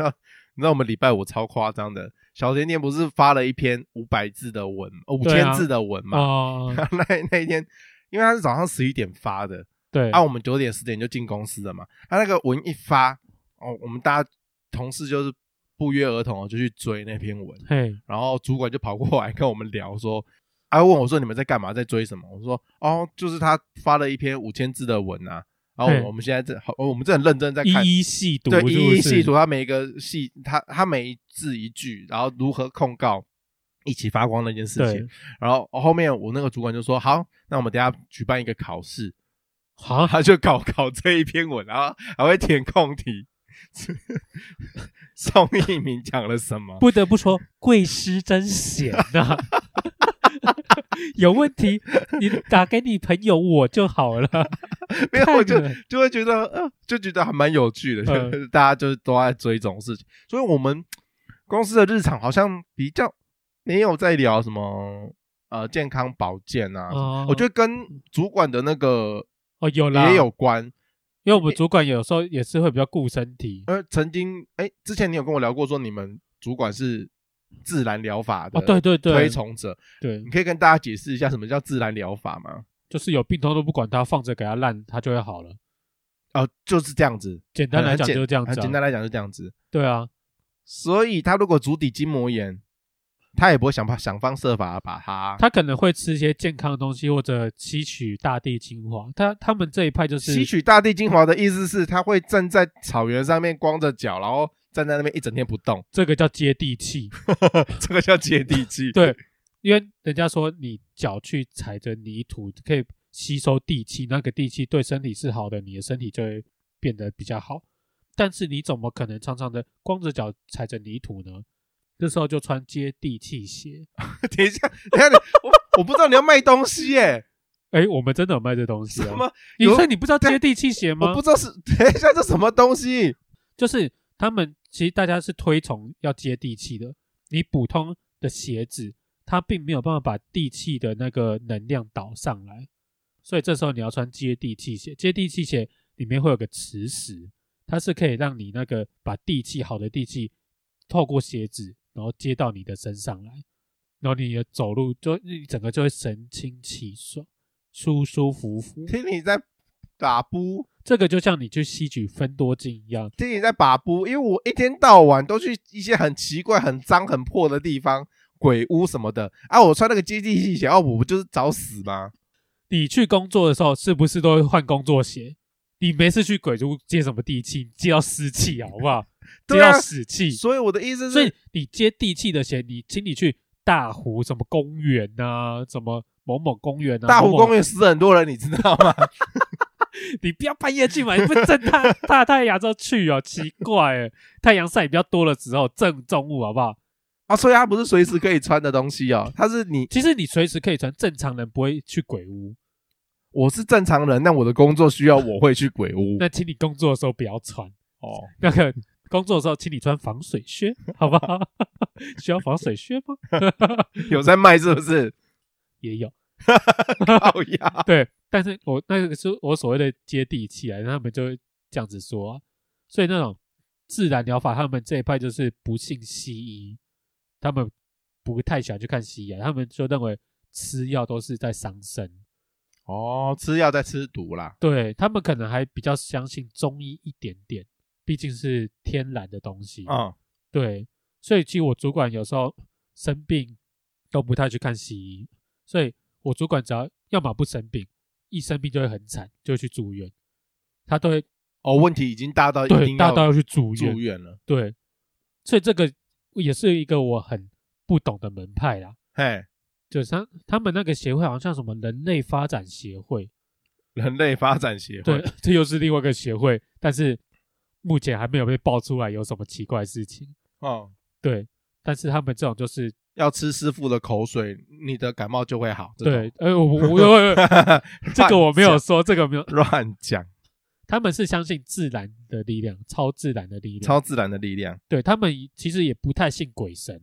道我们礼拜五超夸张的，小甜甜不是发了一篇五百字的文，哦五对千啊字的文嘛？哦、 那那一天，因为他是早上十一点发的，对，啊，我们九点十点就进公司了嘛。他、那个文一发，哦，我们大家同事就是不约而同地就去追那篇文，嘿，然后主管就跑过来跟我们聊说，啊，问我说你们在干嘛，在追什么？我说哦，就是他发了一篇五千字的文啊，然后嘿我们现在在，好我们这很认真在看，一一细读，对，是不一一细是读，他每一个细，他他每一字一句，然后如何控告一起发光那件事对情，，然后哦后面我那个主管就说，好，那我们等一下举办一个考试，好他就搞搞这一篇文，然后还会填空题。宋一鸣讲了什么？ 不得不说，贵师真贤呐、 有问题你打给你朋友我就好了。没有，我就看了就会觉得，呃，就觉得还蛮有趣的，嗯大家就是 都在追这种事情，所以我们公司的日常好像比较没有在聊什么呃健康保健啊，哦我觉得跟主管的那个哦，有啦，也有，关。因为我们主管有时候也是会比较顾身体。呃，曾经哎，之前你有跟我聊过，说你们主管是自然疗法的哦，对对对，推崇者，对你，可以跟大家解释一下什么叫自然疗法吗？就是有病痛都不管它，放着给它烂，它就会好了。哦、就是这样子，简单来很讲简就是这样子、啊，很简单来讲就这样子。对啊，所以他如果足底筋膜炎，他也不会想方想方设法把它他可能会吃一些健康的东西或者吸取大地精华。他他们这一派就是吸取大地精华的意思是，他会站在草原上面光着脚，然后站在那边一整天不动， 这个叫接地气，这个叫接地气。对，因为人家说你脚去踩着泥土，可以吸收地气，那个地气对身体是好的，你的身体就会变得比较好。但是你怎么可能常常的光着脚踩着泥土呢？这时候就穿接地气鞋。 等一下，等一下，你我我不知道你要卖东西耶、哎，我们真的有卖这东西什啊？么？你有说你不知道接地气鞋我吗不？知道是 等一下这什么东西？就是他们其实大家是推崇要接地气的。你普通的鞋子，它并没有办法把地气的那个能量导上来，所以这时候你要穿接地气鞋。接地气鞋里面会有个磁石，它是可以让你那个把地气好的地气透过鞋子，然后接到你的身上来。然后你的走路就你整个就会神清气爽、舒舒服服。听你在打布，这个就像你去吸取芬多精一样，听你在把布，因为我一天到晚都去一些很奇怪、很脏、很破的地方，鬼屋什么的啊，我穿那个接地气鞋，啊，我不就是找死吗？你去工作的时候是不是都会换工作鞋？你没事去鬼屋接什么地气？你接到湿气好不好？接 对啊到屎气。所以我的意思所以是，你接地气的鞋，你请你去大湖什么公园啊，什么某某公园啊，大湖某某公园死很多人，你知道吗？你不要半夜去嘛，你不是正大大太阳之后去哦， 奇怪欸，太阳晒比较多的时候，正中午好不好？啊，所以它不是随时可以穿的东西哦，它是你，其实你随时可以穿，正常人不会去鬼屋。我是正常人，但我的工作需要我会去鬼屋那请你工作的时候不要穿哦。那个工作的时候，请你穿防水靴，好不好？ 需要防水靴吗？ 有在卖是不是？也有，靠呀！对，但是我那个是我所谓的接地气啊，他们就会这样子说啊、所以那种自然疗法，他们这一派就是不信西医，他们不太喜欢去看西医、啊，他们就认为吃药都是在伤身。哦，吃药在吃毒啦。对他们可能还比较相信中医一点点，毕竟是天然的东西。嗯，对，所以其实我主管有时候生病都不太去看西医，所以我主管只要要么不生病，一生病就会很惨，就会去住院，他都会哦，问题已经大到一对定大要到要去住院，住院了。对，所以这个也是一个我很不懂的门派啦，嘿，就是他他们那个协会好像像什么人类发展协会，人类发展协对会。，这又是另外一个协会，但是目前还没有被爆出来有什么奇怪的事情，哦，对，但是他们这种就是要吃师傅的口水，你的感冒就会好。这种对，，哎，我我我 这个我没有说，这个没有，乱讲，他们是相信自然的力量，超自然的力量。超自然的力量对他们其实也不太信鬼神，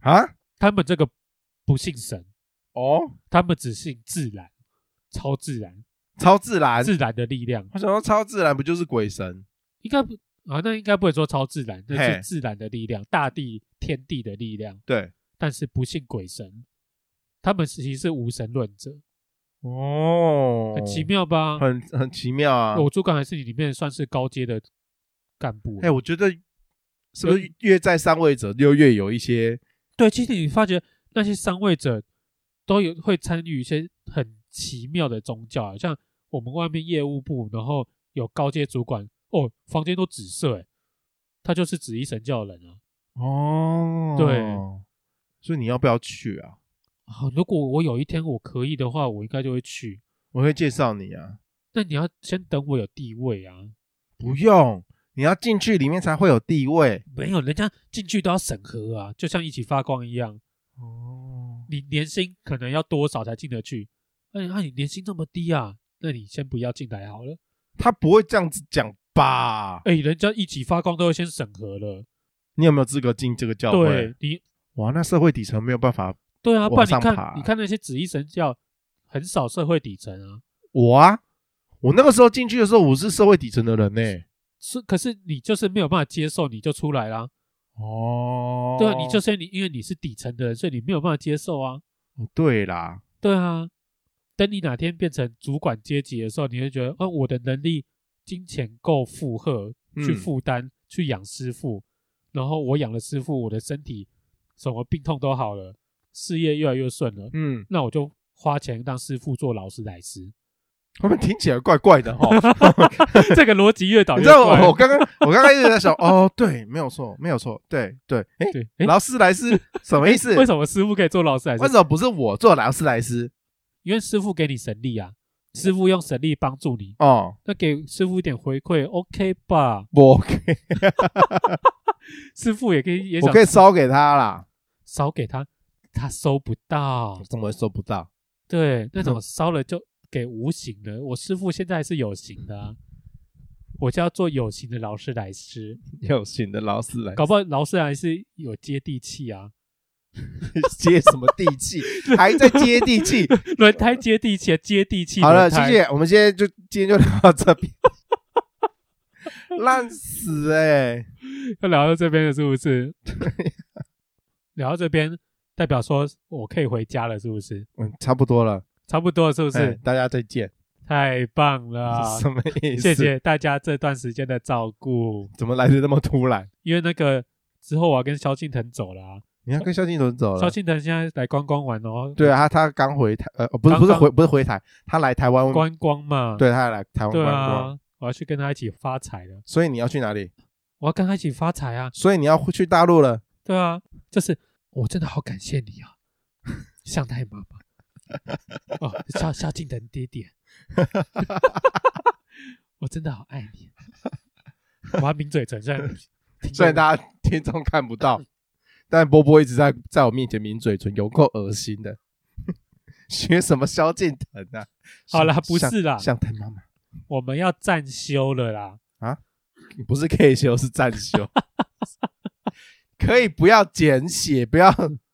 啊！他们这个不信神，哦，他们只信自然、超自然、超自然。自然的力量。我想说，超自然不就是鬼神？应该不啊，那应该不会说超自然，那嘿是自然的力量，大地、天地的力量，对，但是不信鬼神。他们其实是无神论者，哦，很奇，妙吧？很很奇妙啊！我主管还是里面算是高阶的干部。哎，我觉得是不是越在上位者就越有一些对，其实你发觉那些上位者都有会参与一些很奇妙的宗教啊，像我们外面业务部，然后有高阶主管哦，房间都紫色，哎，他就是紫衣神教的人啊。哦，对，所以你要不要去啊？啊，如果我有一天我可以的话，我应该就会去。我会介绍你啊。那你要先等我有地位啊，不用，你要进去里面才会有地位。没有人家进去都要审核啊，就像一起发光一样，哦，你年薪可能要多少才进得去？哎，那、你年薪这么低啊，那你先不要进来好了。他不会这样子讲吧？哎、人家一起发光都会先审核了，你有没有资格进这个教会对？你，哇，那社会底层没有办法。对啊，不往然上你看爬，你看那些紫衣神教，很少社会底层啊，我啊，我那个时候进去的时候，我是社会底层的人呢、是，可是你就是没有办法接受，你就出来啦，哦，对啊，你就是你，因为你是底层的人，所以你没有办法接受啊，哦对啦，对啊，等你哪天变成主管阶级的时候，你会觉得，啊，我的能力、金钱够负荷去嗯负担、去养师傅，然后我养了师傅，我的身体什么病痛都好了，事业越来越顺了，嗯，那我就花钱让师傅做劳斯莱斯。他们听起来怪怪的哈。这个逻辑越导你越知道怪。我我刚刚我刚刚一直在想，哦，对，没有错，没有错，对对，哎、对，诶劳斯莱斯什么意思？为什么师傅可以做劳斯莱斯为？什么不是我做劳斯莱斯？因为师傅给你神力啊，师傅用神力帮助你，哦，那给师傅一点回馈，OK 吧？我 OK，师傅也可以也我想可以烧给他啦。烧给他，他收不到。怎么收不到？对，那种烧了就给无形的。我师傅现在还是有形的、啊，我就要做有形的劳斯莱斯，有型的劳斯莱斯 搞不好劳斯莱斯有接地气啊，接什么地气， 还在接地 气。轮胎接地气，啊，接地气。好了，谢。谢，我们现在就今天就聊到这边， 烂死哎、 就聊到这边了，是不是？聊到这边，代表说我可以回家了，是不是？嗯，差不多了，差不多了，是不哎是？大家再见，，太棒了 什么意思？谢，谢大家这段时间的照顾。怎么来的那么突然？因为那个之后我要跟萧敬腾走了、啊，你要跟萧敬腾走了萧？敬腾现在来观光玩哦，对啊，他他刚回台，呃，不是不是刚刚回不是回台，他来台湾，观光嘛，对，他来台湾对观光，啊，我要去跟他一起发财了，所以你要去哪里？我要跟他一起发财啊，所以你要去大陆了。对啊，就是我真的好感谢你啊， 向太妈妈，哦，萧萧敬腾爹爹， 我真的好爱你，啊我要抿嘴唇，虽然听虽然众大家 听众看不到，但波波一直在在我面前抿嘴唇，有够恶心的。 学什么萧敬腾啊？好啦像不是啦像像他妈妈，我们要暂休了啦，你 不是 K 修是战修， 可以不要简写，不要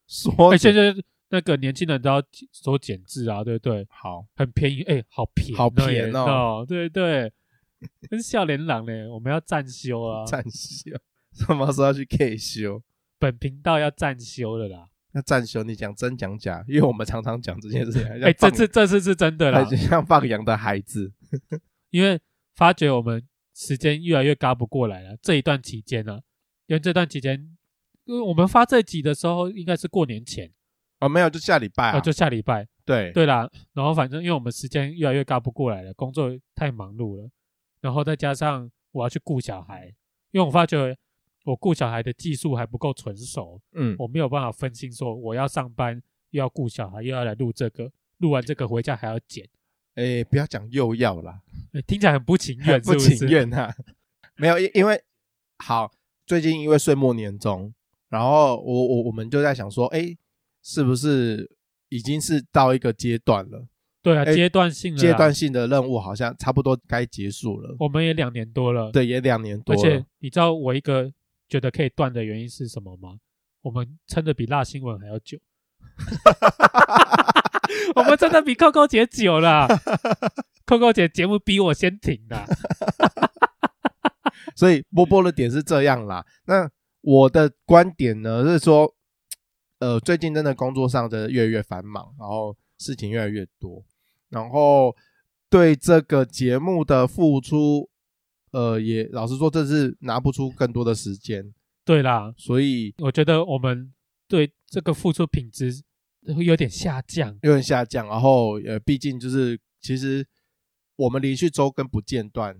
说哎，现在那个年轻人都要说减字啊，对不对？好。很便宜，哎、好便、好便宜哦哦，对对，跟笑脸狼嘞，我们要暂休啊，战修什么时候要去 K 修？本频道要暂休了啦，那战修你讲真讲假？因为我们常常讲这件事情，哎、这次这次是真的啦就， 像放羊的孩子，因为发觉我们时间越来越嘎不过来了，这一段期间呢、因为这段期间，因为我们发这集的时候应该是过年前，哦，没有，就下礼拜啊、啊，就下礼拜，对对啦，然后反正因为我们时间越来越嘎不过来了，工作太忙碌了，然后再加上我要去顾小孩，因为我发觉我顾小孩的技术还不够成熟，嗯，我没有办法分心说我要上班又要顾小孩又要来录这个，录完这个回家还要剪，哎，不要讲又要啦，诶听起来很不 情愿，不是情是。愿啊， 没有，因因为好，最近因为岁末年终，然后我我我们就在想说，哎，是不是已经是到一个阶段了？对啊，诶阶段性的哎阶段，性的任务好像差不多该结束了，我们也两年多了，，对，也两年多而且了，你知道我一个觉得可以断的原因是什么吗？我们撑的比辣新闻还 要久。我们真的比扣扣姐久了， 扣扣姐节目逼我先停的。所以波波的点是这样啦。那我的观点呢是说，呃，最近真的工作上的越来越繁忙，然后事情越来越多，然后对这个节目的付出，呃，也老实说，这是拿不出更多的时间，对啦，所以我觉得我们对这个付出品质会有点下降。有点下降。然后呃，毕竟就是其实我们连续周更不间断，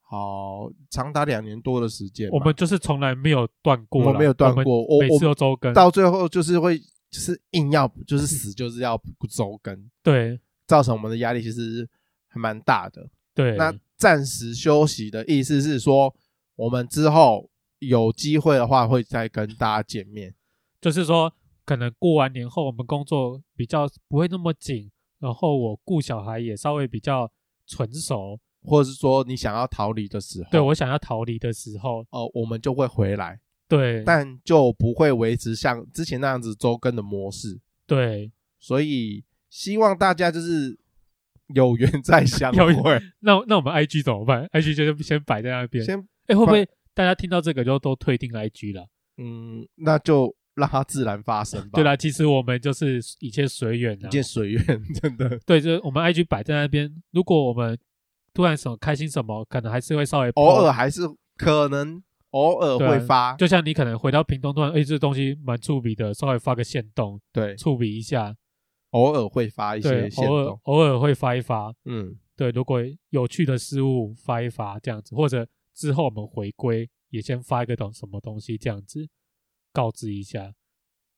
好长达两年多的时间嘛，我们就是从来没有断过啦，我没有断我们过我每我次都周更。到最后就是会就是硬 要就是死就是要周更，对造成我们的压力其实还蛮大的。对，那暂时休息的意思是说，我们之后有机会的话会再跟大家见面。就是说，可能过完年后，我们工作比较不会那么紧，然后我顾小孩也稍微比较成熟。或者是说你想要逃离的时候，对我想要逃离的时候，哦、我们就会回来，对，但就不会维持像之前那样子周更的模式。对，所以希望大家就是有缘再相 有缘会，那那我们 IG 怎么办？IG 就是先摆在那边。先哎，会不放会大家听到这个就都退订 IG 了？嗯，那就让它自然发生吧。对啦，其实我们就是一切随缘一啊。件随缘，真的。对，就是我们 IG 摆在那边，如果我们突然什么开心什么，可能还是会稍微偶尔 po 还是可能偶尔对啊会发，就像你可能回到屏东，突然哎这东西蛮触笔的，稍微发个线动，对，触笔一下，偶尔会发一对些，线偶尔动，偶尔会发一发，嗯，对，如果有趣的事物发一发这样子，或者之后我们回归也先发一个东什么东西这样子，告知一下。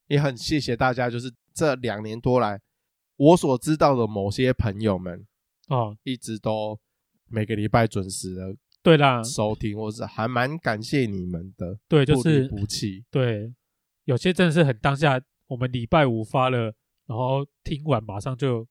也很谢谢大家，就是这两年多来，我所知道的某些朋友们，哦，一直都每个礼拜准时的对啦，收听，我是还蛮感谢你们的，对，就不离是不弃，对，有些真的是很当下，我们礼拜五发了，然后听完马上就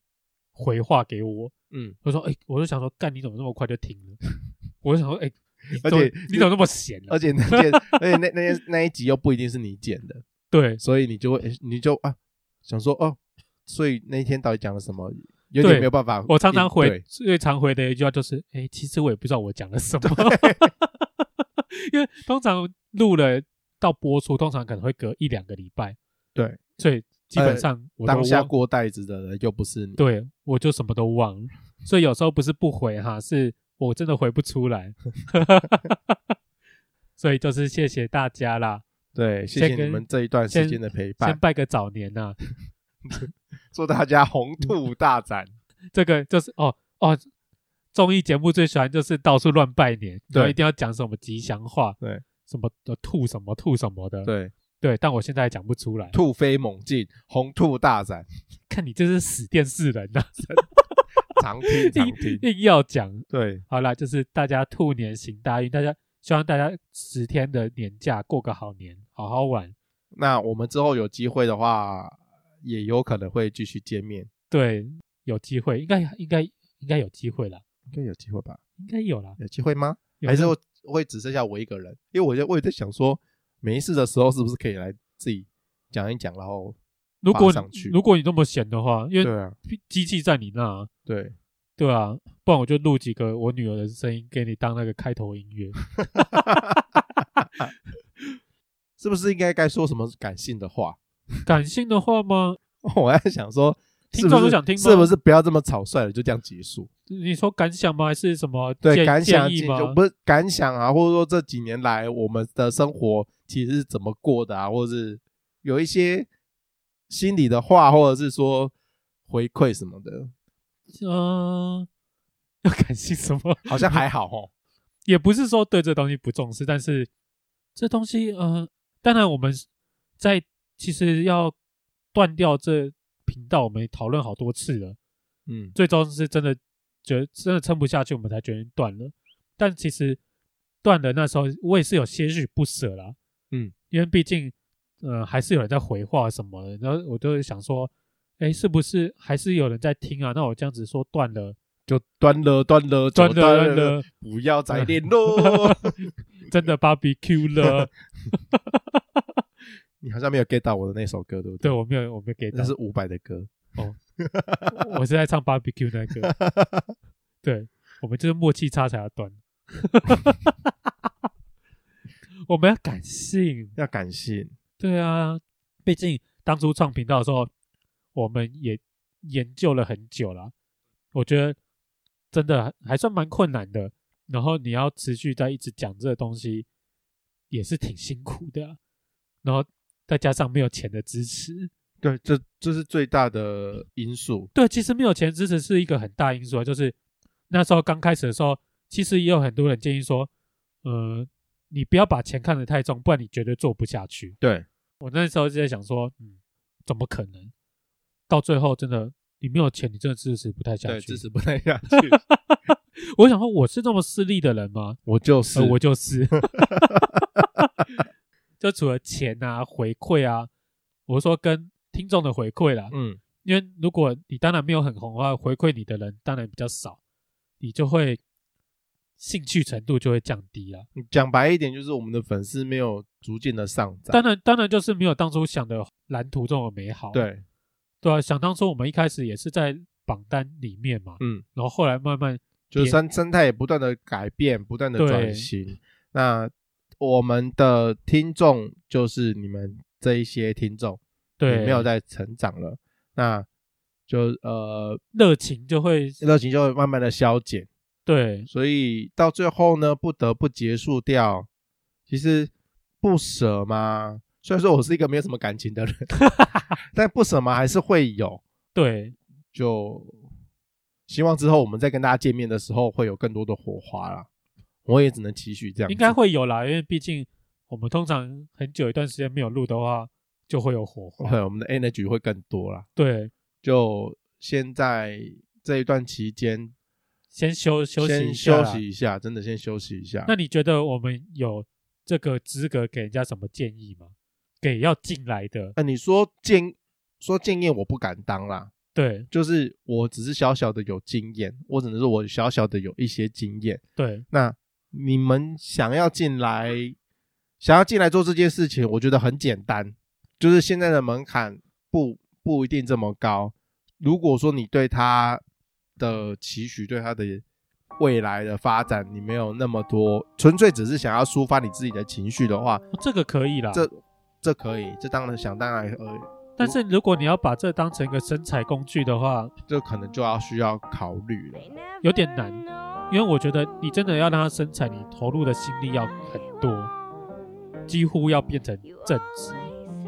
回话给我，嗯，我说哎、我就想说，干你怎么那么快就停了？ 我就想说，哎、你而怎么且你怎么那么闲啊而？且那件， 而且那那那一集又不一定是你剪的，对所以你就会诶你就啊想说哦，所以那一天到底讲了什么，有点对没有办法，我常常回对最常回的一句话就是，哎、其实我也不知道我讲了什么， 因为通常录了到播出，通常可能会隔一两个礼拜，对，呃所以基本上我都当下忘，过袋子的人又不是你，对我就什么都忘了，所以有时候不是不回哈，是我真的回不出 来，所以就是谢谢大家啦，对，谢先谢你跟们这一段时先间的陪先伴，拜个早年啊呐、祝大家红兔大展。这个就是哦哦，综艺节目最喜欢就是到处乱拜年，然后对一定要讲什么吉祥话，对，什么呃兔什么兔什么的，对， 对，但我现在还讲不出来，兔飞猛进，红兔大展，看你这是死电视人呐、常 听常听硬。硬要讲，对，好啦，就是大家兔年行大运，大家希望大家十天的年假过个好年，好好玩。那我们之后有机会的话，也有可能会继续见面，对，有机会，应该应该应该有机会啦，应该有机会吧？应该有啦。有机会吗？有还是那会会只剩下我一个人？因为我就我也在想说，没事的时候是不是可以来自己讲一讲，然后如果上去你如果你那么闲的话，因对为啊，机器在你那，啊对，对啊，不然我就录几个我女儿的声音给你当那个开头音乐。是不是应该该说什么感性的话？ 感性的话吗？我在想说，听众有想听吗是不是是不是不要这么草率了，就这样结束？你说感想吗？还是什么对，建感想建议进吗？就不是感想啊，或者说这几年来我们的生活其实是怎么过的啊，或者是有一些心里的话，或者是说回馈什么的，嗯、要感性什么？ 好像还好哦。 也不是说对这东西不重视，但是这东西，呃，当然我们在其实要断掉这频道，我们也讨论好多次了，嗯，最终是真的觉得真的撑不下去，我们才决定断了。但其实断的那时候，我也是有些许不舍啦，嗯，因为毕竟，呃，还是有人在回话什么的，然后我就想说，哎，是不是还是有人在听啊？那我这样子说断 了，就端了端了断走了，端断了。不要再联 络。真的 barbecue 了。你好像没有 get 到我的那首歌，对不对对？我没有，我没有给到那，是伍佰的歌。我是在唱 barbecue 那个。 对，我们就是默契差才要断。我们要感性，要感性，对啊，毕竟当初创频道的时候，我们也研究了很久啦。我觉得真的还还算蛮困难的。然后你要持续在一直讲这个东西，也是挺辛苦的啊、然后再加上没有钱的支持，对，这这是最大的因素。对，其实没有钱支持是一个很大因素啊。就是那时候刚开始的时候，其实也有很多人建议说，呃，你不要把钱看得太重，不然你绝对做不下去。对，我那时候就在想说，嗯，怎么可能？到最后真的你没有钱，你真的支持不太下对，去。支持不太下去。我想说，我是这么势利的人吗？ 我就是呃、我就是， 就除了钱啊、回馈啊，我是说跟听众的回馈啦，嗯，因为如果你当然没有很红的话，回馈你的人当然比较少，你就会兴趣程度就会降低了。讲白一点，就是我们的粉丝没有逐渐的上涨。当然，当然就是没有当初想的蓝图这么美好。对，对啊，想当初我们一开始也是在榜单里面嘛，嗯，然后后来慢慢就是也生生态也不断的改变，不断的转对型。那我们的听众就是你们这一些听众，对也没有在成长了，那就呃热情就会热情就会慢慢的消减，对所以到最后呢，不得不结束掉。其实不舍嘛，虽然说我是一个没有什么感情 的人，但不舍嘛还是会有。对就希望之后我们再跟大家见面的时候会有更多的火花啦。我也只能期许这样子，应该会有啦，因为毕竟我们通常很久一段时间没有录的话，就会有火花。会 我们的 energy 会更多啦。对，就现在这一段期间，先休休息一先下休啦息一下，真的先休息一下那。你觉得我们有这个资格给人家什么建议吗？给要进来的，那你说建说建议我不敢当啦，对就是我只是小小的有经验，我只能说我小小的有一些经验。对那你们想要进来，想要进来做这件事情，我觉得很简单，就是现在的门槛不不一定这么高。如果说你对他的期许，对他的未来的发展，你没有那么多，纯粹只是想要抒发你自己的情绪的话，哦这个可以啦。这这可以，这当然想当然而呃但是如果你要把这当成一个身材工具的话，这可能就要需要考虑了。有点难因为我觉得你真的要让它生产，你投入的心力要很多，几乎要变成正职，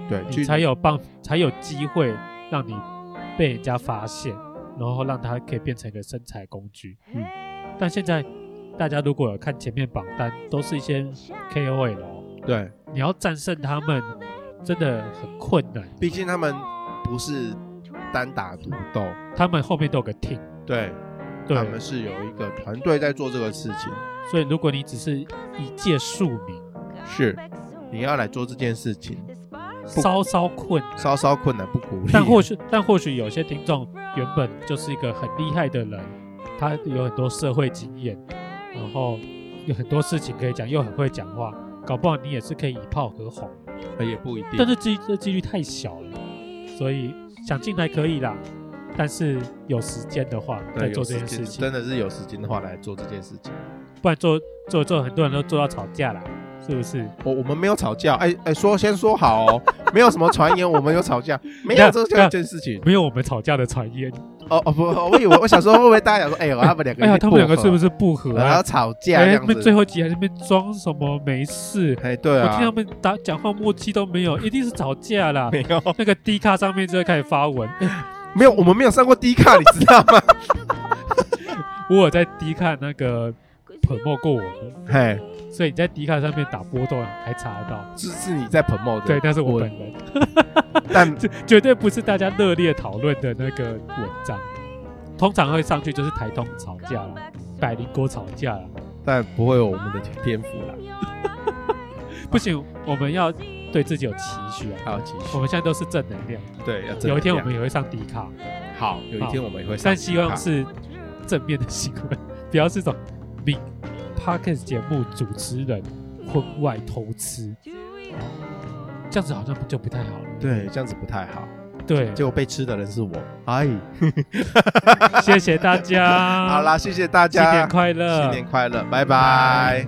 对你去才有办，才有机会让你被人家发现，然后让它可以变成一个身材工具。嗯，但现在大家如果有看前面榜单，都是一些 KOL，对，哦你要战胜他们真的很困难，毕竟他们不是单打独斗，他们后面都有个 team，对，对他，们是有一个团队在做这个事情，所以如果你只是一介庶民，是你要来做这件事情，不啊稍稍困难。稍稍困难不鼓励。但或许，但或许有些听众原本就是一个很厉害的人，他有很多社会经验，然后有很多事情可以讲，又很会讲话，搞不好你也是可以一炮而红。呃也不一定，但是这这几率太小了，所以想进来可以啦，但是有时间的话再对有做这时件事间情真，的是有时间的话来做这件事情。不然做做做很多人都做到吵架啦，是不是？我我们没有吵架，哎哎，说先说好哦，没有什么传言，我们有吵架，没那有这那这件事情。没有我们吵架的传言，哦哦不，我以为我想说会不会大家想说，哎呦他们两个哎已呀，经他们两个不合是不是不和然后啊？吵架这哎，样他们最子？后一集还是被装什么没事，哎，对我听他啊，们打讲话默契都没有，一定是吵架啦。没有那个 D 卡上面就会开始发文，哎没有，我们没有上过低卡，你知道吗？ 我有在 D 卡那个捧墨过我们，嘿，所以你在 D 卡上面打波动还查得到。是是你在 promote 的，对，那是我本人，但这绝对不是大家热烈讨论的那个文章。通常会上去就是台东吵架啦，百灵国吵架啦。但不会有我们的篇幅啦。不行，我们要对自己有期许啊。还有继我续，们现在都是正能量，对，要正能量有一天我们也会上 D 卡，好，有一天我们也会上但低希卡望是正面的新闻， 不要是种名 podcast 节目主持人婚外偷吃，这样子好像就不太好了。对，这样子不太好。对，结果被吃的人是我，哎，嗯谢谢大家， 好，啦，谢谢大新家，年快乐，新年快乐，拜拜。